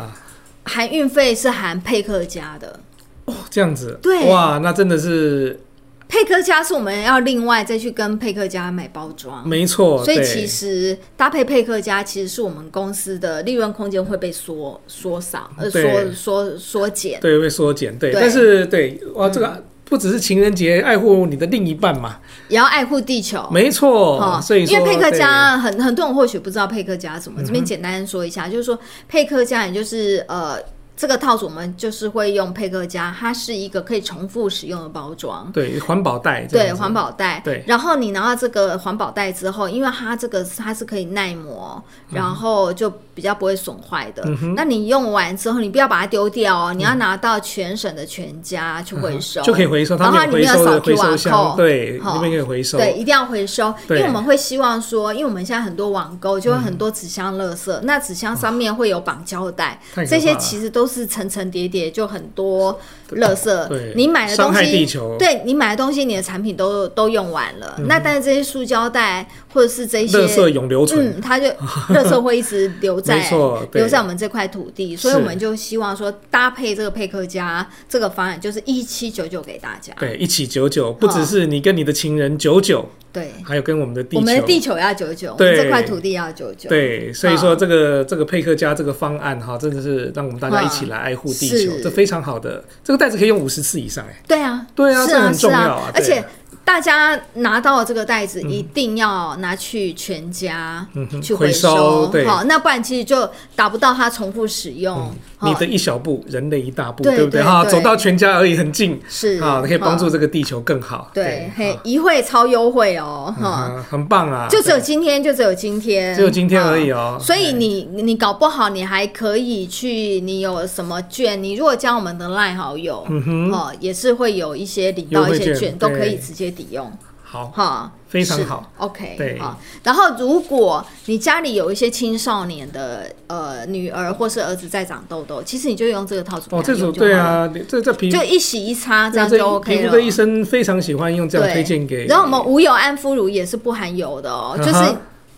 S1: 含运费是含配客加的。
S2: 哦这样子
S1: 对
S2: 哇，那真的是
S1: 配客加是我们要另外再去跟配客加买包装，
S2: 没错，
S1: 所以
S2: 对
S1: 其实搭配配客加其实是我们公司的利润空间会被缩缩少，呃，
S2: 对
S1: 缩缩缩减。
S2: 对会缩减对，
S1: 对嗯
S2: 但是对哇这个。不只是情人节爱护你的另一半嘛，
S1: 也要爱护地球。
S2: 没错，哦所以
S1: 哦因为
S2: 说
S1: 佩克
S2: 对嗯
S1: 家很很多人或许不知道佩克家什么，这边简单说一下，就是说佩克家也就是呃。这个套组我们就是会用佩克家，它是一个可以重复使用的包装，
S2: 对环保袋这
S1: 对
S2: 样子，
S1: 环保袋，
S2: 对
S1: 然后你拿到这个环保袋之后，因为它这个它是可以耐磨，
S2: 嗯
S1: 然后就比较不会损坏的。那你用完之后，你不要把它丢掉哦，你要拿到全省的全家去回收，
S2: 嗯就可以回收，它
S1: 然后它
S2: 们
S1: 里
S2: 有
S1: 面
S2: 回收
S1: 有扫
S2: 的回
S1: QR
S2: 收箱，
S1: code，
S2: 对，
S1: 好
S2: 那边可以回收，
S1: 对，一定要回收，因
S2: 对嗯
S1: 为我们会希望说，因为我们现在很多网购就会很多纸箱垃圾，那纸箱上面会有绑胶带
S2: 太可怕，了
S1: 这些其实都是层层叠叠，就很多垃
S2: 对
S1: 圾。你买的东
S2: 伤害
S1: 西，
S2: 地球嗯
S1: 对你买的东西，你的产品都都用完了，那但是这些塑胶袋或者是这
S2: 垃圾
S1: 些。
S2: 永留存，
S1: 嗯，它就垃圾会一直留在
S2: 没错对
S1: 留在我们这块土地，所以
S2: 是
S1: 我们就希望说搭配这个配客家这个方案，就是一七九九给大家。
S2: 对，一起九九，不只是你跟你的情人九九，
S1: 哦对，
S2: 还有跟我们的地
S1: 我们的
S2: 球。
S1: 地球要九九，我
S2: 对
S1: 们这块土地要九九，
S2: 对，所以
S1: 啊
S2: 说这个、这个佩克家这个方案哈，真的是让我们大家一起来爱护地球，
S1: 是
S2: 这非常好的。这个袋子可以用五十次以上，哎，
S1: 对啊，
S2: 对啊
S1: 是
S2: 这
S1: 啊，
S2: 很
S1: 是
S2: 重要啊
S1: 啊，而
S2: 对嗯
S1: 且大家拿到这个袋子，一定要拿去全家
S2: 哼
S1: 去
S2: 回收
S1: 收
S2: 对，嗯
S1: 好，那不然其实就达不到它重复使用，
S2: 你
S1: 好
S2: 的一小步，人类一大步，
S1: 对
S2: 不对
S1: 对
S2: 哈？
S1: 对
S2: 走到全家而已，很近
S1: 是
S2: 啊，可以帮助
S1: 好
S2: 这个地球更好。
S1: 对，
S2: 对
S1: 嘿，一会超优惠哦，哈。
S2: 啊，很棒啊！
S1: 就只有
S2: 对
S1: 今天，就只有今天，
S2: 只有今天而已哦
S1: 啊所以你你搞不好，你还可以去，你有什么券？你如果加我们的 LINE 好友，哦，也是会有一些领到一
S2: 嗯优
S1: 些
S2: 惠
S1: 券，
S2: 券
S1: 都可以
S2: 对
S1: 直接抵用，
S2: 好，
S1: 哈，
S2: 非常
S1: 是
S2: 好。
S1: OK，
S2: 对
S1: 好。然后如果你家里有一些青少年的呃女儿或是儿子在长痘痘，其实你就用这个套组给
S2: 哦，
S1: 他
S2: 这
S1: 用
S2: 组
S1: 就好
S2: 对
S1: 了，
S2: 啊，这这皮
S1: 就一洗一擦这样
S2: 这
S1: 就 OK
S2: 皮
S1: 了。
S2: 肤科医生非常喜欢用这样推荐给。
S1: 然后我们无油安肤乳也是不含油的哦，
S2: 嗯哼
S1: 就是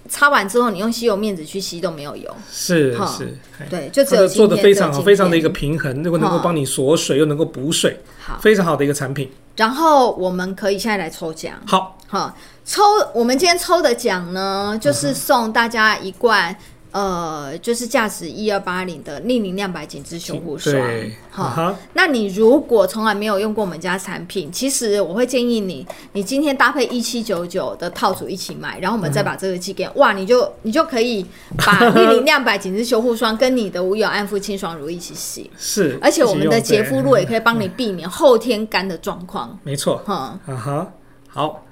S1: 擦完之后你用吸油面纸去吸都没有油。
S2: 是
S1: 哈
S2: 是，哎
S1: 对，就只
S2: 它
S1: 有
S2: 的
S1: 今
S2: 做
S1: 天
S2: 的
S1: 只有
S2: 非常好，
S1: 今
S2: 非常的
S1: 天
S2: 一个平衡，如果能够
S1: 哈
S2: 帮你锁水，又能够补水，
S1: 好。
S2: 非常好的一个产品。
S1: 然后我们可以现在来抽奖，
S2: 好，
S1: 哈，抽我们今天抽的奖
S2: 嗯
S1: 呢，就是送大家一罐。呃，就是价值一二八零的逆龄亮白紧致修护霜
S2: 对，，啊
S1: 哈，
S2: 哈，
S1: 那你如果从来没有用过我们家产品，其实我会建议你，你今天搭配一七九九的套组一起买，然后我们再把这个寄给你、哇，你就你就可以把逆龄亮白紧致修护霜跟你的无油安肤清爽乳一起洗，
S2: 是，
S1: 而且我们的
S2: 一起
S1: 洁
S2: 用
S1: 肤
S2: 对
S1: 露也可以帮你避免后天干的状况。
S2: 没错，
S1: 哼、
S2: 啊哈，好，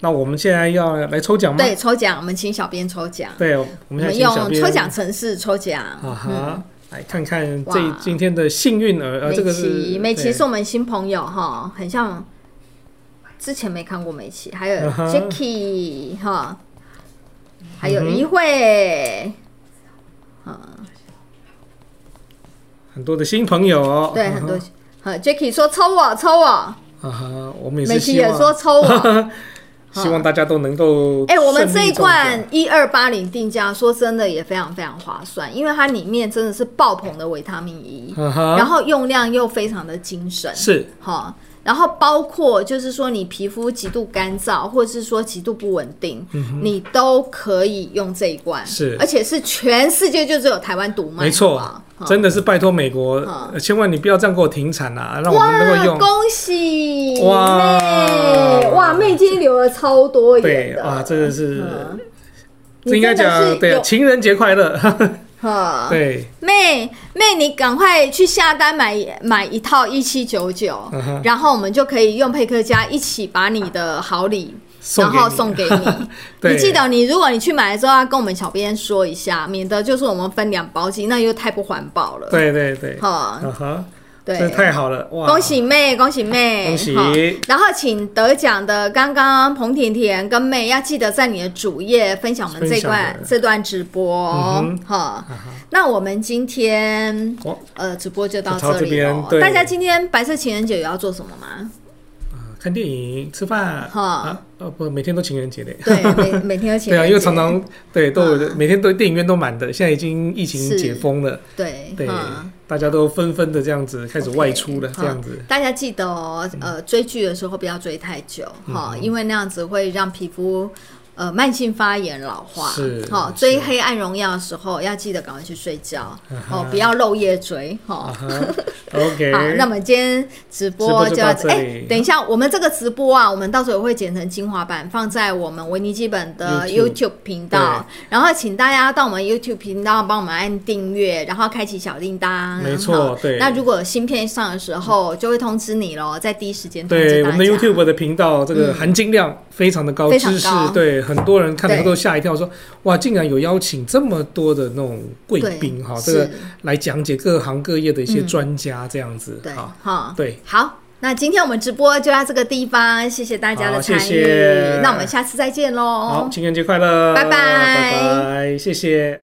S2: 那我们现在要来抽奖吗？
S1: 对，抽奖我们请小编抽奖，
S2: 对，我
S1: 我
S2: 们现在
S1: 们
S2: 请小
S1: 用
S2: 编
S1: 抽奖程式抽奖。
S2: 啊哈，来看看这
S1: 哇
S2: 今天的幸运儿，呃，
S1: 美
S2: 这个是
S1: 琪，美琪
S2: 对
S1: 是我们新朋友哈，很像之前没看过美琪，还有
S2: 嗯哼
S1: Jacky 哈，还有
S2: 嗯哼
S1: 一慧，
S2: 很多的新朋友哦，
S1: 对，
S2: 啊哈
S1: 很多。呃，Jacky 说抽我，抽我，
S2: 啊哈，我们也
S1: 美
S2: 是
S1: 琪
S2: 希
S1: 也
S2: 望
S1: 说抽我。
S2: 希望大家都能够
S1: 哎、我们
S2: 顺
S1: 这
S2: 利
S1: 一
S2: 中奖
S1: 罐一二八零定价，说真的也非常非常划算，因为它里面真的是爆棚的维他命 E，、
S2: 啊哈，
S1: 然后用量又非常的精神。
S2: 是
S1: 哈，然后包括就是说你皮肤极度干燥，或者是说极度不稳定，你都可以用这一罐，
S2: 嗯是
S1: 而且是全世界就只有台湾独卖，
S2: 没错
S1: 好不好，
S2: 真的是拜托美国，呃千万你不要这样给我停产啊，让我们能够
S1: 哇，
S2: 用。
S1: 恭喜
S2: 哇
S1: 妹！哇，妹今天留了超多
S2: 对
S1: 眼的，
S2: 哇，真的是，
S1: 嗯
S2: 这应该
S1: 你真的
S2: 讲
S1: 是
S2: 对啊
S1: 有啊
S2: 情人节快乐，
S1: 哈，
S2: 对，
S1: 妹妹，你赶快去下单买买一套一七九九
S2: 嗯哼，
S1: 然后我们就可以用佩克家一起把你的好礼，
S2: 送
S1: 然
S2: 给
S1: 后
S2: 你
S1: 送给你。
S2: 对
S1: 你记得，你如果你去买的时候要跟我们小编说一下，免得就是我们分两包寄，那又太不环保了。，
S2: 对对对，
S1: 哈，
S2: 啊哈，这
S1: 对，
S2: 太好了，哇，
S1: 恭喜妹，恭喜妹，
S2: 恭喜
S1: 好然后请得奖的刚刚彭甜甜跟妹要记得在你的主页分享我们这段
S2: 分享的
S1: 这段直播哦
S2: 嗯
S1: 哈、那我们今天
S2: 哦
S1: 呃直播就到
S2: 就到
S1: 这里
S2: 这
S1: 了
S2: 边。对
S1: 大家今天白色情人节有要做什么 吗？
S2: 啊看电影、吃饭
S1: 哈
S2: 啊，呃不，每天都情人节嘞。
S1: 对，每每天有情
S2: 对
S1: 人节。
S2: 啊，因为常常对都有
S1: 啊
S2: 的，每天都电影院都满的，现在已经疫情
S1: 是
S2: 解封了，
S1: 对
S2: 对
S1: 嗯，
S2: 大家都纷纷的这样子开始外出了，
S1: OK，
S2: 这样子嗯
S1: 大家记得哦，呃，追剧的时候不要追太久哈、因为那样子会让皮肤呃慢性发炎、老化，
S2: 是
S1: 好、
S2: 是
S1: 追《黑暗荣耀》的时候要记得赶快去睡觉
S2: 嗯哼
S1: 哦，不要漏夜追哈。
S2: 啊
S1: 哦
S2: 哈 ，OK，
S1: 好，那么今天直播
S2: 直播就
S1: 要
S2: 到这
S1: 哎、
S2: 里
S1: 等一下，我们这个直播啊，我们到时候也会剪成精华版，放在我们维尼基本的
S2: YouTube
S1: YouTube 频道。然后请大家到我们 YouTube 频道帮我们按订阅，然后开启小铃铛。
S2: 没错
S1: 好
S2: 对
S1: 那如果有新片上的时候，就会通知你喽，在第一时间通知
S2: 对
S1: 大
S2: 我
S1: 家。
S2: 们的 YouTube 的频道，这个含金量非常的高，
S1: 非常
S2: 知识
S1: 高
S2: 对很多人看了
S1: 对
S2: 都吓一跳说哇，竟然有邀请这么多的那种贵
S1: 对
S2: 宾哈，这
S1: 是
S2: 个来讲解各行各业的一些
S1: 嗯
S2: 专家这样子
S1: 对
S2: 啊，
S1: 哈
S2: 对，
S1: 好。那今天我们直播就到这个地方，谢谢大家的
S2: 好
S1: 参
S2: 谢
S1: 与。
S2: 谢
S1: 那我们下次再见喽。
S2: 好，情人节快乐，
S1: 哦拜拜
S2: 拜拜，谢谢。